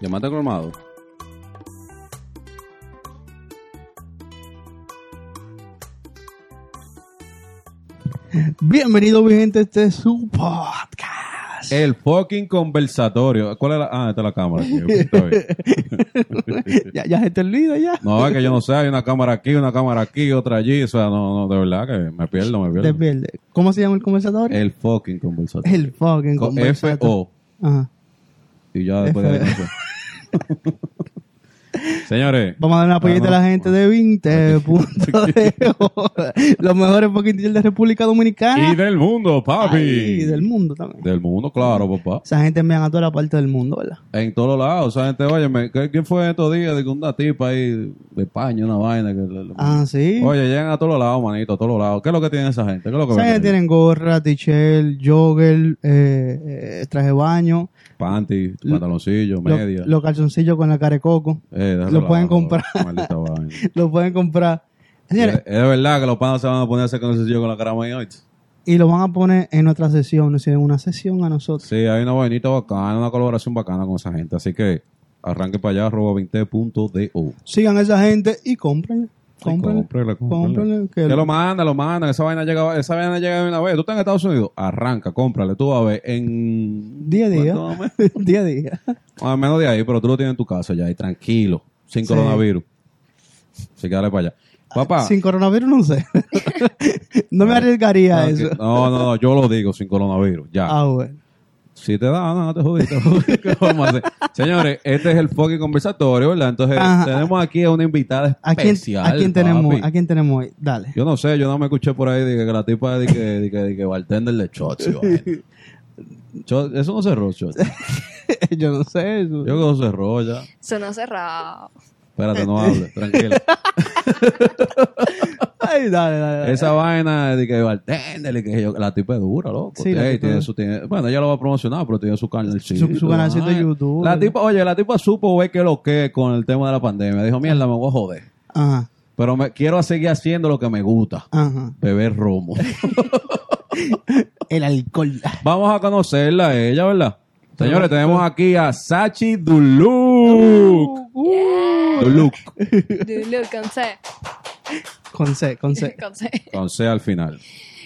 Llamate a Colmado. Bienvenido, mi gente, este es su podcast. El fucking conversatorio. ¿Cuál es la...? Ah, esta es la cámara. aquí. Ok, está bien. ya, ya se te olvida, ya. Eh. no, es que yo no sé. Hay una cámara aquí, una cámara aquí, otra allí. O sea, no, no, de verdad que me pierdo, me Te pierdo. pierdes. ¿Cómo se llama el conversatorio? El fucking conversatorio. El fucking Eh. Con conversatorio. F-O. Ajá. Y ya después de ahí no sé. Señores. Vamos a dar una apoyita a la gente de 20 puntos de Los mejores fucking teachers de República Dominicana. Y del mundo, papi. Ay, del mundo también. Del mundo, claro, papá. Esa gente envían a toda la parte del mundo, ¿verdad? En todos lados. O sea, gente, óyeme, ¿qué- ¿quién fue estos días? Digo, una tipa ahí de España, una vaina. Que le- le- Ah, sí. Oye, llegan a todos lados, manito, a todos lados. ¿Qué es lo que tiene esa gente? ¿Qué es lo que Esa gente vende? tienen gorra, tichel, jogger, eh, eh, traje de baño, Panty, pantaloncillo, lo- media. los calzoncillos con la cara de coco. Eh, déjalo lo pueden abajo, comprar. maldita vaina. Los pueden comprar. Señores, Es es verdad que los panos se van a poner a hacer con ese con la cara mía hoy. y lo van a poner en nuestra sesión, es decir, en una sesión a nosotros. Sí, hay una vainita bacana, una colaboración bacana con esa gente. Así que arranque para allá, arroba 20.do. Sigan a esa gente y cómprenle. Cómprenle. Cómprale, cómprenle, que Que lo- lo manda, lo manda. Esa vaina llega, esa vaina llega de una vez. Tú estás en Estados Unidos, arranca, cómprale. Tú vas a ver en... Día a día. ¿Cuánto más? día a día. Más o menos de ahí, pero tú lo tienes en tu casa ya, ahí tranquilo, sin Sí. Ah, coronavirus. Así que dale para allá. Papá. Sin coronavirus no sé. no me arriesgaría a Ah, eso. que- No, no, no, yo lo digo sin coronavirus, ya. Ah, bueno. Si te da, no, te jodiste. te jodí. ¿Qué vamos a hacer? Señores, este es el fucking conversatorio, ¿verdad? Entonces, Ajá. tenemos aquí a una invitada ¿A quién, especial. ¿A quién tenemos? papi. ¿A quién tenemos hoy? Dale. Yo no sé, yo no me escuché por ahí de que la tipa de que, de que, de que bartender de shots. y vaina. Shot- Eso no cerró, shots. Yo no sé eso. Yo creo que no cerró ya. Eso no ha cerrado. Espérate, no hables, tranquila. Ay, dale, dale. dale. Esa vaina de que bartender, de que yo- la tipa es dura, loco. Sí, la Ey, tipa tiene es- su- tiene- bueno, ella lo va a promocionar, pero tiene su canalcito. Su- su canalcito de vaina. YouTube. La tipa, oye, la tipa supo ver que lo que con el tema de la pandemia. Dijo, mierda, me voy a joder. Ajá, Pero me, quiero seguir haciendo lo que me gusta. ajá. Beber romo. El alcohol. Vamos a conocerla a ella, ¿verdad? Señores, tenemos aquí a Sachi Duluk. Duluk. Dulu, con C. Con C, con C. Con C. Con C al final.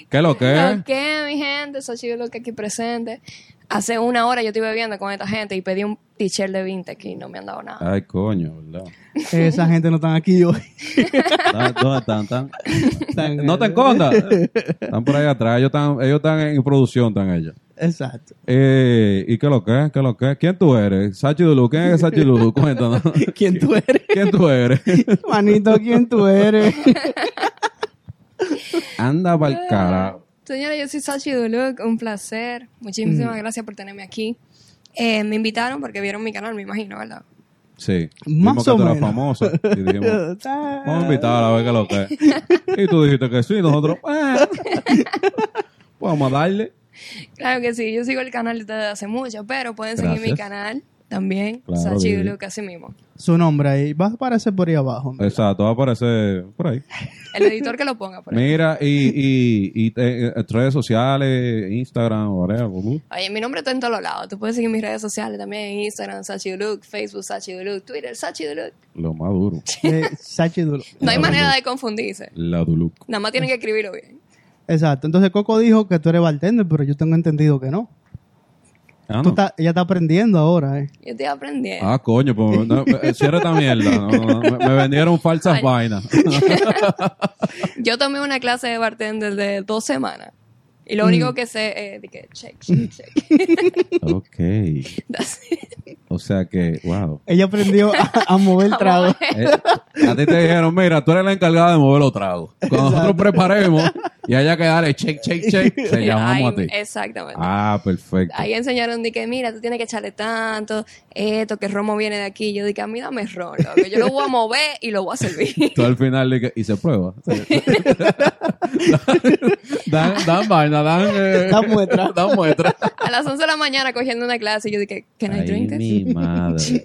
¿Qué es lo que es? Ok, mi gente, Sachi lo que aquí presente. Hace una hora yo estoy bebiendo con esta gente y pedí un teacher de 20 aquí y no me han dado nada. Ay, coño, ¿verdad? Esa gente no están aquí hoy. Ta- ¿Dónde están? Están- Están- No te escondas. Están por ahí atrás. Ellos están, ellos están en producción, están ellos. Exacto. Eh, ¿Y qué es lo que es? ¿Qué es lo que es? ¿Quién tú eres? Sachi Duluk. ¿Quién es Sachi Duluk? Cuéntanos. ¿Quién tú eres? ¿Quién tú eres? Manito, ¿quién tú eres? Anda Eh, pa'l cara. Señora, yo soy Sachi Duluk, un placer. Mm. Muchísimas gracias por tenerme aquí. Eh, me invitaron porque vieron mi canal, me imagino, ¿verdad? Sí. Más Vimos que o tú eras menos. famosa. Y dijimos, Vamos a invitar a ver qué es lo que es. Y tú dijiste que sí, y nosotros, bueno, vamos a darle. Claro que sí, yo sigo el canal desde hace mucho, pero pueden seguir mi Gracias. canal también, Claro, Sachi baby. Duluk, así mismo. Su nombre ahí. Va a aparecer por ahí abajo. Exacto, va a aparecer por ahí. El editor que lo ponga por ahí. Mira, y, y, y te- eh, redes sociales, Instagram, whatever. uh. Oye, mi nombre está en todos lados. Tú puedes seguir mis redes sociales también en Instagram, Sachi Duluc, Facebook, Sachi Duluc, Twitter, Sachi Duluc. Lo más duro, Eh, Sachi Duro. No hay Claro. manera de confundirse. la Duluc. Nada más tienen que escribirlo bien. Exacto. Entonces Coco dijo que tú eres bartender, pero yo tengo entendido que no. Ah, no. Tú estás- ella está aprendiendo ahora, ¿eh? Yo estoy aprendiendo. Ah, coño, pues no, eh, cierra esta mierda. No, no, no, me, me vendieron falsas Ay. vainas. Yo tomé una clase de bartender de dos semanas. Y lo Mm. único que sé es de que check, check, check. ok. That's it. O sea que, wow. Ella aprendió a, a mover el trago. Eh, a ti te dijeron, mira, tú eres la encargada de mover los tragos. Cuando nosotros preparemos y haya que darle check, check, check, te llamamos a Ahí- ti. Exactamente. Ah, perfecto. Ahí enseñaron de que, mira, tú tienes que echarle tanto, esto, que el romo viene de aquí. Yo dije, a mí dame ron, loco. Yo lo voy a mover y lo voy a servir. Tú al final le que- y se prueba. dan, dan vaina, dan, eh, Dan muestra. dan muestra. A las 11 de la mañana cogiendo una clase, yo dije, ¿can I drink this? mi madre.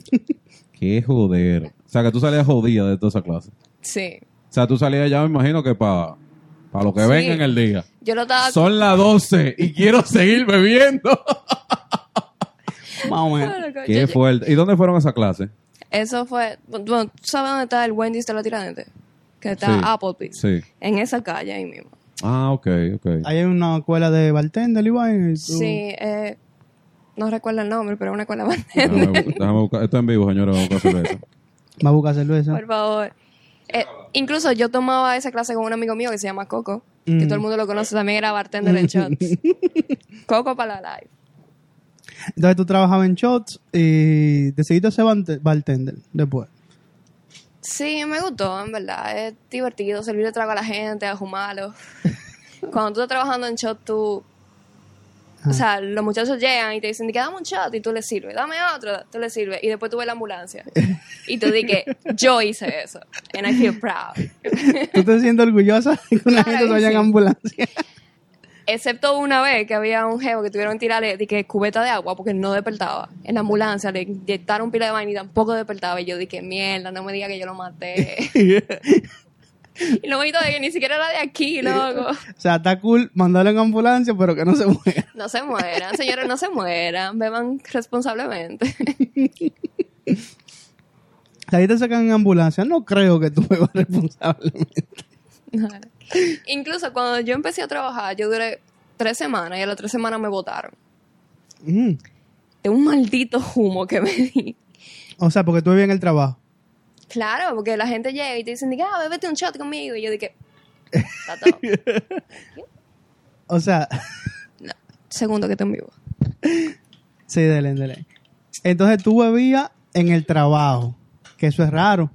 Qué joder. O sea, que tú salías jodida de toda esa clase. Sí. O sea, tú salías ya, me imagino que para lo que Sí. Ah. venga en el día. Yo lo estaba. Son las 12 y quiero seguir bebiendo. Más o menos. Ah, loco, yo- Qué yo- fuerte. ¿Y dónde fueron a esa clase? Eso fue. Bueno, ¿tú sabes dónde está el Wendy's de la tiradente? Que está Sí. Applebee's. Sí. En esa calle ahí mismo. Ah, ok, ok. Ahí hay una escuela de bartender y vaina. y tú- Sí, eh, no recuerdo el nombre, pero es una escuela bartender. Déjame, déjame buscar. Esto en vivo, señora. Vamos a hacer eso. Va a buscar cerveza. Por favor. Eh, incluso yo tomaba esa clase con un amigo mío que se llama Coco, que Mm. todo el mundo lo conoce, también era bartender en shots. Coco para la live. Entonces tú trabajabas en shots y decidiste ser bante- bartender después. Sí, me gustó, en verdad. Es divertido servirle trago a la gente, a jumarlo. Cuando tú estás trabajando en shot, tú. O sea, los muchachos llegan y te dicen, que dame un shot y tú le sirves, dame otro, tú le sirves. Y después tú ves la ambulancia. Y tú dices, yo hice eso. And I feel proud. ¿Tú te sientes orgullosa de que una Claro gente se que vaya en sí. ambulancia? Excepto una vez que había un jevo que tuvieron que tirarle de que cubeta de agua porque no despertaba. En la ambulancia le inyectaron pila de vaina y tampoco despertaba. Y yo dije, mierda, no me diga que yo lo maté. y lo bonito de que ni siquiera era de aquí, loco. O sea, está cool mandarlo en ambulancia, pero que no se muera. No se mueran, señores, no se mueran. Beban responsablemente. Ahí te sacan en ambulancia. No creo que tú bebas responsablemente. Incluso cuando yo empecé a trabajar, yo duré tres semanas y a las tres semanas me votaron. Mm. De un maldito humo que me di. O sea, porque tú vivías en el trabajo. Claro, porque la gente llega y te dicen, ah, bébete un shot conmigo. Y yo dije, "Está todo". O sea, No. Segundo que estoy en vivo. sí, dele, dele. Entonces tú bebías en el trabajo, que eso es raro.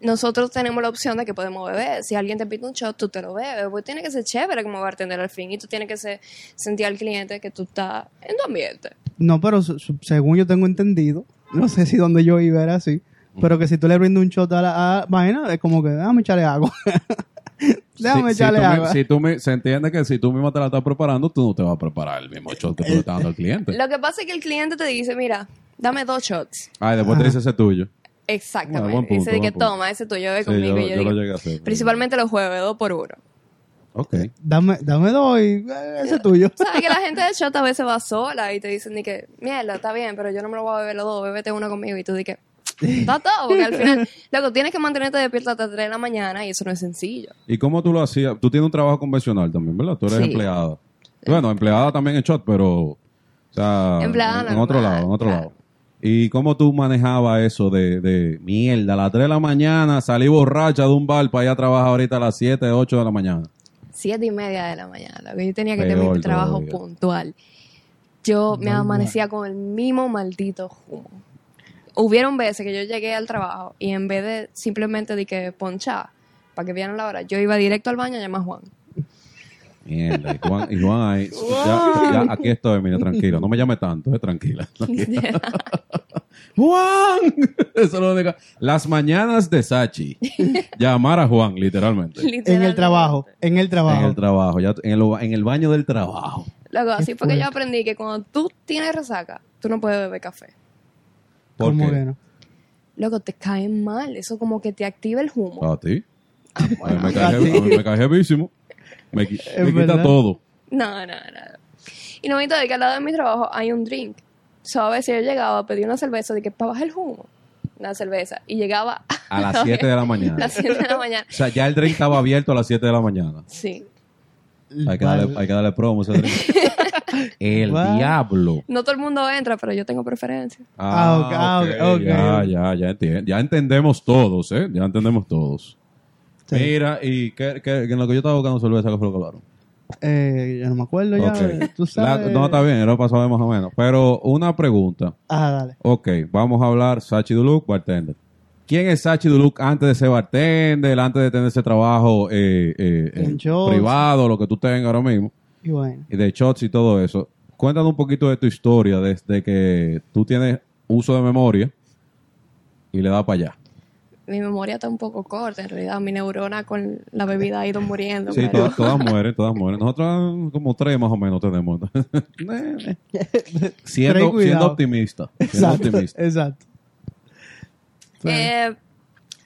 Nosotros tenemos la opción de que podemos beber. Si alguien te pide un shot, tú te lo bebes. Pues tiene que ser chévere como bartender al fin. Y tú tienes que ser- sentir al cliente que tú estás en tu ambiente. No, pero su- su- según yo tengo entendido, no sé si donde yo iba era así, pero que si tú le brindas un shot a la a- vaina, es como que déjame echarle agua. déjame Si- si, echarle tú mi- agua. si tú mi- se entiende que si tú mismo te la estás preparando, tú no te vas a preparar el mismo shot que tú le estás dando al cliente. Lo que pasa es que el cliente te dice, mira, dame dos shots. Ah, y después te dice ese tuyo. Exactamente. Bueno, buen punto, Dice de buen que punto. toma, ese tuyo, bebe Sí, conmigo. yo, Y yo yo lo digo, llegué a hacer. principalmente los jueves, dos por uno. Ok. Dame, dame dos y eh, ese es tuyo. ¿Sabes que la gente de shot a veces va sola y te dicen, de que, mierda, está bien, pero yo no me lo voy a beber los dos, bébete uno conmigo. Y tú dices, está todo, porque al final, loco, tienes que mantenerte despierto hasta 3 de la mañana y eso no es sencillo. ¿Y cómo tú lo hacías? Tú tienes un trabajo convencional también, ¿verdad? Tú eres Sí. empleada. Bueno, empleada también en shot, pero. O sea, Empleada en, en normal, otro lado, en otro claro. lado. ¿Y cómo tú manejabas eso de, de mierda? A las 3 de la mañana salí borracha de un bar para ir a trabajar ahorita a las 7, 8 de la mañana. siete y media de la mañana. loco. Yo tenía que Peor tener mi trabajo todavía. puntual. Yo me amanecía con el mismo maldito humo. Hubieron veces que yo llegué al trabajo y en vez de simplemente de que ponchar para que vieran la hora, yo iba directo al baño a llamar a Juan. Mierda. Y Juan, y Juan ahí. ya- ya aquí estoy, mira, tranquilo. No me llame tanto, eh, tranquila. ¡Juan! Eso es lo único. Las mañanas de Sachi. Llamar a Juan, literalmente. En el trabajo, en el trabajo. En el trabajo, ya, en, lo- en el baño del trabajo. Luego, así fue que yo aprendí que cuando tú tienes resaca, tú no puedes beber café. ¿Por ¿Cómo qué? que no? Luego te cae mal, eso como que te activa el humo. ¿A ti? A mí me Ah, A cae, ti. a mí me cae jevísimo. Me, qui- me quita verdad. todo. No, no, no. Y lo bonito de que al lado de mi trabajo hay un drink. So, a veces yo llegaba, pedí una cerveza, de que para bajar el humo, una cerveza. Y llegaba A las 7 de la a mañana. las 7 de la mañana. O sea, ya el drink estaba abierto a las 7 de la mañana. Sí. Hay que darle, hay que darle promo a ese drink. El Wow. diablo. No todo el mundo entra, pero yo tengo preferencia. Ah, ok, ah, ok, ok. Ya, ya, ya, enti- ya entendemos todos, ¿eh? Ya entendemos todos. Sí. Mira, y que, en lo que yo estaba buscando cerveza, ¿qué fue lo que hablaron? Eh, yo no me acuerdo ya. Ok. Tú sabes. La- no, está bien, era para saber más o menos. Pero una pregunta. Ah, dale. Ok, vamos a hablar Sachi Duluc, bartender. ¿Quién es Sachi Duluc antes de ser bartender, antes de tener ese trabajo eh, eh, eh, En shows. privado, lo que tú tengas ahora mismo, Y bueno. y de shots y todo eso? Cuéntanos un poquito de tu historia desde que tú tienes uso de memoria y le das para allá. Mi memoria está un poco corta, en realidad. Mi neurona con la bebida ha ido muriendo. Sí, pero- todas, todas mueren, todas mueren. Nosotros como tres más o menos tenemos. Tres, siendo, cuidado. siendo optimista. Siendo Exacto. optimista. Exacto. Eh,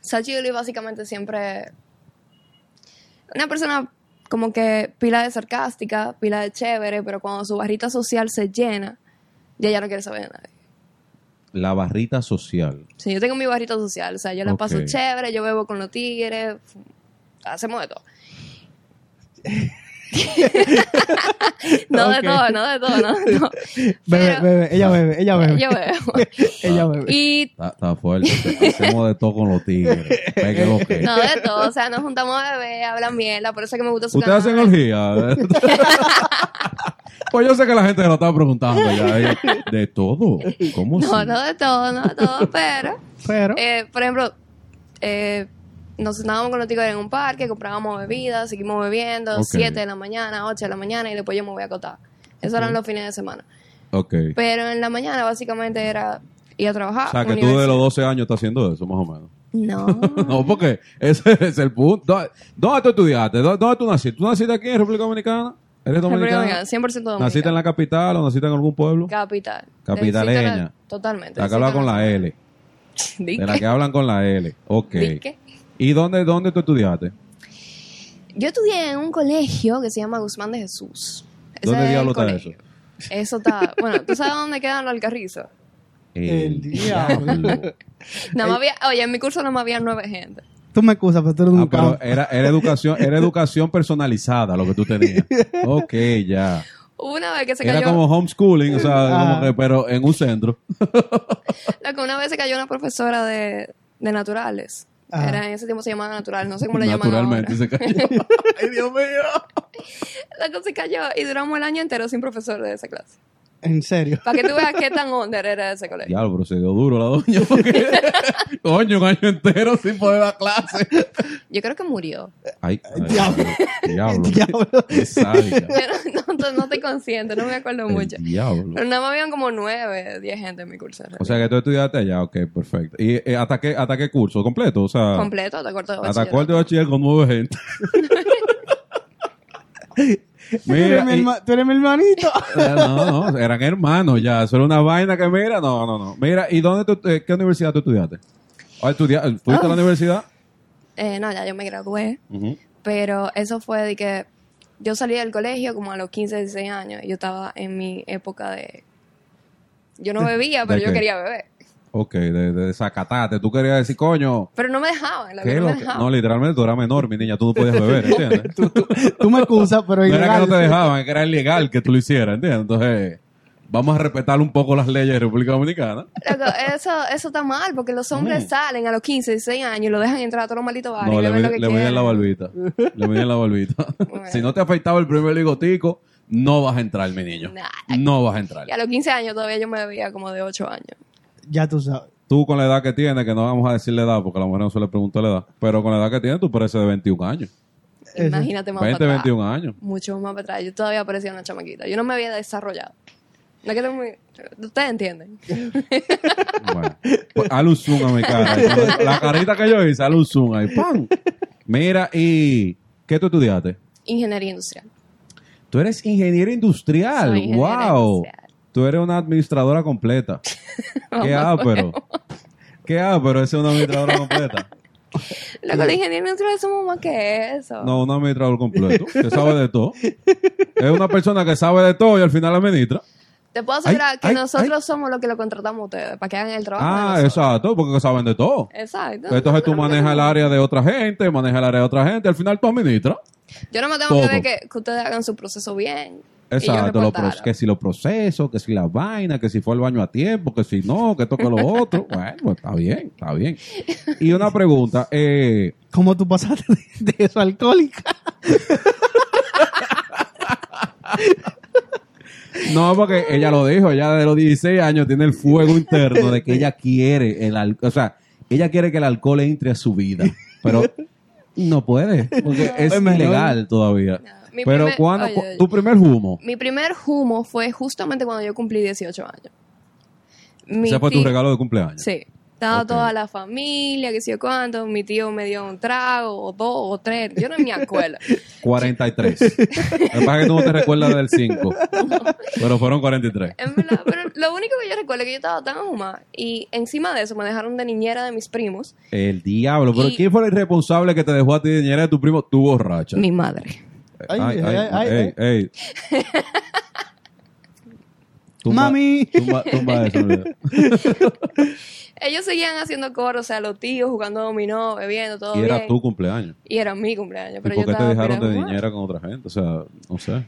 Sachi Uli básicamente siempre una persona como que pila de sarcástica, pila de chévere, pero cuando su barrita social se llena, ya ya no quiere saber de nadie. la barrita social. Sí, yo tengo mi barrita social, o sea, yo la Ok. paso chévere, yo bebo con los tigres, fu- hacemos de todo. no Ok. de todo, no de todo, no. no. Bebe, Pero- bebe, ella bebe, ella bebe. Yo bebo. Ella Ah. bebe. Y Está, está fuerte. Hacemos de todo con los tigres. Pegue lo que. no de todo, o sea, nos juntamos a beber, hablan mierda, por eso es que me gusta su Ustedes canal. hacen orgía. pues yo sé que la gente lo está preguntando ya. eh, De todo. ¿Cómo No, así? no de todo, no de todo, pero... Pero, Eh, por ejemplo, eh, nos sentábamos con los tigres en un parque, comprábamos bebidas, seguimos bebiendo, Ok. 7 de la mañana, 8 de la mañana, y después yo me voy a acotar. Esos eran los fines de semana. Ok. Pero en la mañana básicamente era ir a trabajar. O sea, que tú universidad. de los 12 años estás haciendo eso, más o menos. No. No, porque ese es el punto. ¿Dó- ¿Dónde tú estudiaste? ¿Dó- ¿Dónde tú naciste? ¿Tú naciste aquí en República Dominicana? ¿Eres República dominicana? Dominicana, 100% dominicana. ¿Naciste en la capital o naciste en algún pueblo? Capital. Capitaleña. Del sitio na- Totalmente. La que habla con la L. De la que hablan con la L. Ok. ¿Y dónde, dónde tú estudiaste? Yo estudié en un colegio que se llama Guzmán de Jesús. Ese ¿Dónde es diablo el está colegio. Eso está... Bueno, ¿tú sabes dónde quedan los alcarrizos? Eh, El Ah, diablo. No me había, oye, en mi curso no me había nueve gente. tú me excusas, pero tú eres Ah, un pero cabrón. era, era educación, era educación personalizada lo que tú tenías. Ok, ya. Hubo Una vez que se Era cayó, como homeschooling, o sea, Ah. como que- pero en un centro. loco, una vez se cayó una profesora de, de naturales. Ajá. Era en ese tiempo se llamaba natural, no sé cómo la llaman Ah. Naturalmente ahora. se cayó. Ay, Dios mío. Loco, se cayó y duramos el año entero sin profesor de esa clase. En serio. Para que tú veas qué tan under era ese colegio. Diablo, pero se dio duro la doña. Porque, coño, un año entero sin poder dar clase. Yo creo que murió. Ay, ay, Diablo. Diablo. Diablo. Qué sádica. Pero no, no, no estoy consciente, no me acuerdo El mucho. diablo. Pero nada más habían como nueve, diez gente en mi curso. en O sea, que tú estudiaste allá, ok, perfecto. ¿Y eh, hasta, qué, hasta qué curso? ¿Completo? O sea, realidad. completo, te acuerdas de hasta bachillerato. cuarto de bachiller con nueve gente. Tú eres, mi y- herma- tú eres mi hermanito. no, no, eran hermanos ya. Eso era una vaina que mira, no, no, no. Mira, ¿y dónde tú, eh, qué universidad tú estudiaste? Ah, estudia- ¿Fuiste a la universidad? Eh, no, ya yo me gradué. Ujú. Pero eso fue de que yo salí del colegio como a los 15, 16 años. Yo estaba en mi época de... Yo no bebía, pero ¿De yo qué? quería beber. Ok, de, de Zacatate. Tú querías decir, coño, Pero no me dejaban, la ¿qué no lo me que- dejaban. No, literalmente tú eras menor, mi niña. Tú no podías beber, ¿entiendes? Tú me excusas, pero No era que ilegal. no te dejaban, que era ilegal que tú lo hicieras, ¿entiendes? Entonces, vamos a respetar un poco las leyes de República Dominicana. Loco, eso, eso está mal, porque los hombres salen a los 15, 16 años y lo dejan entrar a todos los malditos bares. No, y le, beben lo miden- que le miden quieran. la barbita. Le miden la barbita. Bueno. si no te afeitaba el primer ligotico, no vas a entrar, mi niño. Nah. No vas a entrar. Y a los 15 años todavía yo me bebía como de 8 años. Ya tú sabes. Tú con la edad que tienes, que no vamos a decir la edad, porque a la mujer no suele preguntar la edad, pero con la edad que tienes tú pareces de 21 años. Eso. Imagínate más 20, para atrás. 21 años. Mucho más para atrás. Yo todavía parecía una chamaquita. Yo no me había desarrollado. No es que estoy muy... Ustedes entienden. Bueno, pues, haz un zoom a mi cara. Cuando- La carita que yo hice, haz un zoom ahí. ¡Pam! Mira, ¿y qué tú estudiaste? Ingeniería industrial. Tú eres ingeniero industrial. Soy ingeniera ¡Wow! industrial. Tú eres una administradora completa. ¿Qué ápero? ¿Qué ápero es una administradora completa? Loco, los ingenieros industriales somos más que eso. No, un administrador completo, que sabe de todo. Es una persona que sabe de todo y al final administra. Te puedo asegurar Ay, que ay, nosotros somos los que lo contratamos a ustedes para que hagan el trabajo. de Ah, nosotros. exacto, porque saben de todo. Exacto. Entonces tú manejas el área de otra gente, manejas el área de otra gente, al final tú administras. Yo no me tengo todo. que ver que, que ustedes hagan su proceso bien. Y Exacto, yo lo reportarlo. pro- que si los procesos, que si la vaina, que si fue al baño a tiempo, que si no, que toca lo otro. Bueno, pues, está bien, está bien. Y una pregunta, eh, ¿Cómo tú pasaste de- de eso a alcohólica? no, porque ella lo dijo, ella de los 16 años tiene el fuego interno de que ella quiere el alcohol, o sea, ella quiere que el alcohol entre a su vida, pero no puede, porque es Pues, menor. ilegal todavía. No, mi Pero primer- cuando, oye, cu- oye. tu primer humo, Mi primer humo fue justamente cuando yo cumplí 18 años. Mi ese fue tu tío- regalo de cumpleaños. Sí. Estaba Ok. toda la familia, que sé yo cuánto. Mi tío me dio un trago, o dos, o tres. Yo no me acuerdo. 43. Lo que pasa es que tú no te recuerdas del 5. Pero fueron 43. En verdad, pero lo único que yo recuerdo es que yo estaba tan humada. Y encima de eso me dejaron de niñera de mis primos. El diablo. Pero Y- ¿quién fue el irresponsable que te dejó a ti de dinero de tu primo? Tu borracha. Mi madre. Ay, ay, ay, ey, ey. Tumba- Mami. Tumba, tumba eso. Leo. Ellos seguían haciendo coro, o sea, los tíos jugando dominó, bebiendo, todo Y era bien. tu cumpleaños. Y era mi cumpleaños. ¿Y Pero por qué yo te estaba dejaron de apenas- niñera con otra gente? O sea, no sé. Eran,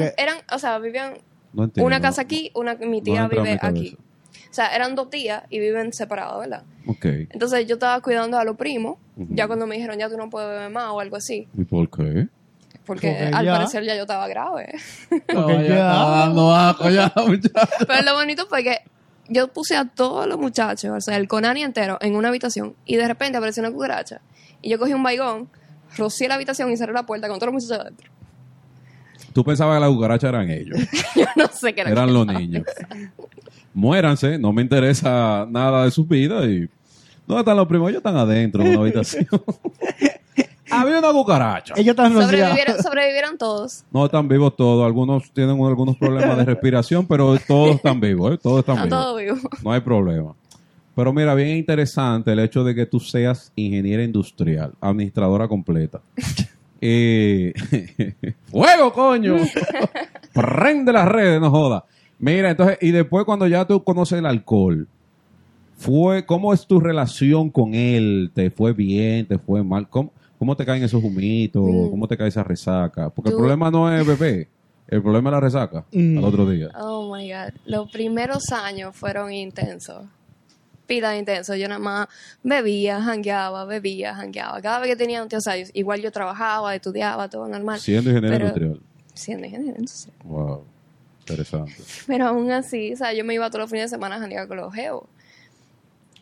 Porque- eran, o sea, vivían No entiendo. una casa aquí, una mi No tía entra en mi vive aquí. cabeza. O sea, eran dos tías y viven separados, ¿verdad? Ok. Entonces yo estaba cuidando a los primos, Ujú. ya cuando me dijeron ya tú no puedes beber más o algo así, ¿Y por qué? porque Porque al ya- parecer ya yo estaba grave. Porque ya- dando bajo ya, muchacho. Pero lo bonito fue que yo puse a todos los muchachos, o sea, el Conani entero, en una habitación y de repente apareció una cucaracha. Y yo cogí un baigón, rocié la habitación y cerré la puerta con todos los muchachos adentro. Tú pensabas que la cucaracha eran ellos. Yo no sé qué era. Eran los niños. Muéranse, no me interesa nada de sus vidas y. ¿Dónde están los primos? Ellos están adentro en una habitación. Había una cucaracha. Ellos están Sobrevivieron, sobrevivieron todos. No están vivos todos. Algunos tienen algunos problemas de respiración, pero todos están vivos. ¿eh? Todos están Están vivos. todos vivos. No hay problema. Pero mira, bien interesante el hecho de que tú seas ingeniera industrial, administradora completa. Eh, ¡Fuego, coño! Prende las redes, no joda. Mira, entonces, y después cuando ya tú conoces el alcohol, fue ¿cómo es tu relación con él? ¿Te fue bien? ¿Te fue mal? ¿Cómo, cómo te caen esos humitos? Mm. ¿Cómo te cae esa resaca? Porque el Tú- problema no es bebé, el problema es la resaca Mm. al otro día. Oh my God. Los primeros años fueron intensos. Pila de intensos. Yo nada más bebía, jangueaba, bebía, jangueaba. Cada vez que tenía un tío, o sea, yo- igual yo trabajaba, estudiaba, todo normal. Siendo ingeniera Ah, Pero- industrial. Siendo ingeniero, entonces. Wow, interesante. Pero aún así, o sea, yo me iba todos los fines de semana a janguear con los jevos.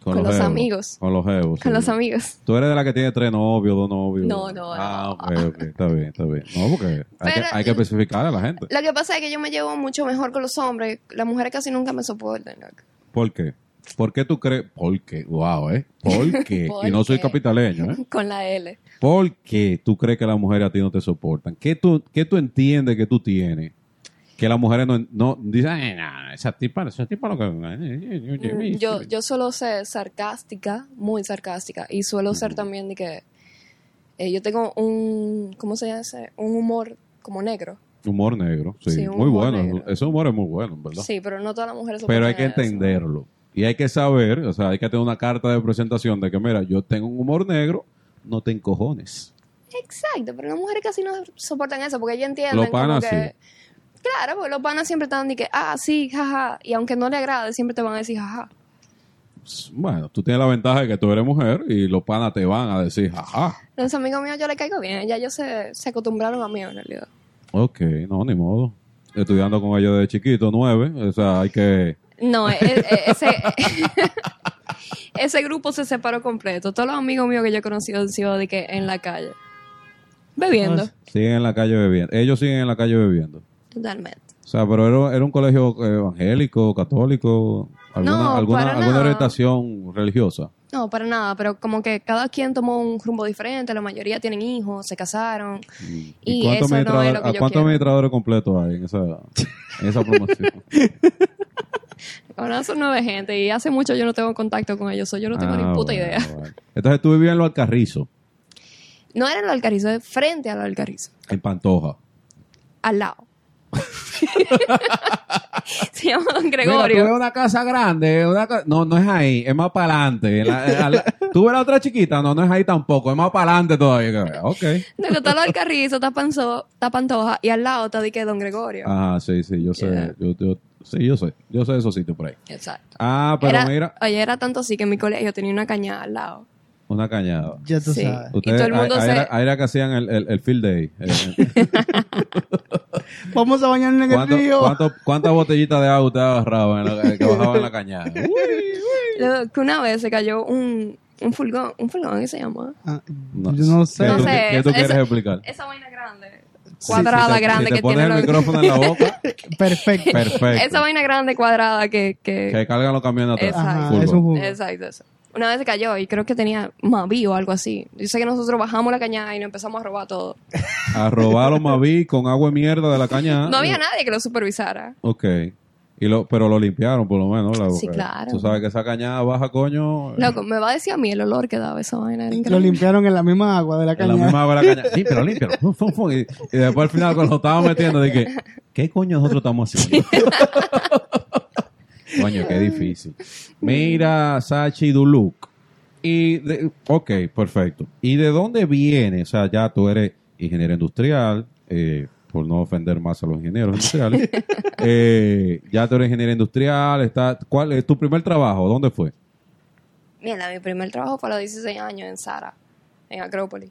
Con los jevos. amigos. Con los jevos. Con sí. los amigos. Tú eres de la que tiene tres novios, dos novios. No, no, Ah, no. ok, ok, está bien, está bien. No, porque hay, que, Pero- hay que especificar a la gente. Lo que pasa es que yo me llevo mucho mejor con los hombres. Las mujeres casi nunca me soportan. loco. ¿Por qué? ¿Por qué tú crees? ¿Por qué? Wow, ¿eh? ¿Por qué? ¿Por y no soy qué? capitaleño, ¿eh? Con la L. ¿Por qué tú crees que las mujeres a ti no te soportan? ¿Qué tú, qué tú entiendes que tú tienes? Que las mujeres no, no dicen, "Ay, no, esa tipa, esa tipa lo que... Mm, Yo, yo suelo ser sarcástica, muy sarcástica. Y suelo ser también de que. eh, yo tengo un. ¿Cómo se llama ese? Un humor como negro. Humor negro, sí. Sí, muy humor bueno. negro. Ese humor es muy bueno, ¿verdad? Sí, pero no todas las mujeres soportan Pero hay que eso. entenderlo. Y hay que saber, o sea, hay que tener una carta de presentación de que, mira, yo tengo un humor negro, no te encojones. Exacto, pero las mujeres casi no soportan eso porque ellas entienden. Los panas como que, Claro, porque los panas siempre están de que, ah, sí, jaja. Y aunque no le agrade, siempre te van a decir jaja. Pues, Bueno, tú tienes la ventaja de que tú eres mujer y los panas te van a decir, jaja. Los amigos míos yo les caigo bien, ya ellos se, se acostumbraron a mí en realidad. Ok, no, ni modo. Estudiando con ellos desde chiquito, nueve, o sea, hay que... No, e- e- ese, ese grupo se separó completo. Todos los amigos míos que yo he conocido han sido de que en la calle, bebiendo, Ah, Siguen en la calle bebiendo. Ellos siguen en la calle bebiendo. totalmente. O sea, pero era, era un colegio eh, evangélico, católico, alguna, No, alguna, para alguna nada. orientación religiosa. No, para nada, pero como que cada quien tomó un rumbo diferente, la mayoría tienen hijos, se casaron. ¿Y, Y cuántos eso no es lo administradores- que a yo cuántos quiero. administradores completos hay en esa, en esa promoción? Ahora son nueve gente y hace mucho yo no tengo contacto con ellos, so yo no tengo Ah, ni puta bueno, idea. bueno. Entonces tú vivías en Lo Alcarrizo, No era el Alcarizo, es frente al Alcarizo, en Pantoja. al lado. Se llama Don Mira, tú Gregorio. ves una casa grande, una ca- no, no es ahí, es más para adelante. Tú ves la otra chiquita, no, no es ahí tampoco, es más para adelante todavía. Ok. No, que está el Alcarrizo, está, Panzo- está Pantoja y al lado está de que Don Gregorio. Ajá, sí, sí, yo sé, Yeah. yo, yo- sí, yo sé, yo sé esos sitios por ahí. Exacto. Ah, pero Era- mira, Oye, era tanto así que en mi colegio tenía una cañada al lado. una cañada. Ya tú Sí. sabes. Y todo el mundo ahí, ahí se- era, ahí era que hacían el, el, el field day. Eh, Vamos a bañarnos en el ¿Cuánto- río. cuánto- ¿Cuántas botellitas de agua usted agarraba en la- que bajaba en la cañada? Luego, que una vez se cayó un, un fulgón, un fulgón, ¿qué se llama? Ah, yo no sé. ¿Qué No tú, sé, qué tú eso- quieres eso- explicar? Esa vaina grande, Si- si cuadrada te- grande si te que pones tiene el los- micrófono en la boca, Perfecto. perfecto. Esa vaina grande cuadrada que... que... Este. Que cargan los camiones atrás. Ajá, Fulgor. es un jugo. Exacto, eso. Una vez se cayó y creo que tenía maví o algo así. Yo sé que nosotros bajamos la cañada y nos empezamos a robar todo. A robar los Maví con agua de mierda de la cañada. No había nadie que lo supervisara. Ok. Y lo, pero lo limpiaron por lo menos. La Sí, boca. claro. Tú sabes que esa cañada baja, coño. eh, Loco, me va a decir a mí el olor que daba esa vaina. Era Lo increíble. limpiaron en la misma agua de la En la cañada. misma agua de la cañada. Límpialo, límpialo. Fum, fum, fum. Y, y después al final cuando lo estábamos metiendo dije, ¿qué coño nosotros estamos haciendo? Coño, qué difícil. Mira, Sachi Duluc. Y de- ok, perfecto. ¿Y de dónde viene? O sea, ya tú eres ingeniero industrial, eh, por no ofender más a los ingenieros industriales. Eh, ya tú eres ingeniero industrial. Está, ¿Cuál es tu primer trabajo? ¿Dónde fue? Mira, mi primer trabajo fue a los 16 años en Sara, en Acrópolis.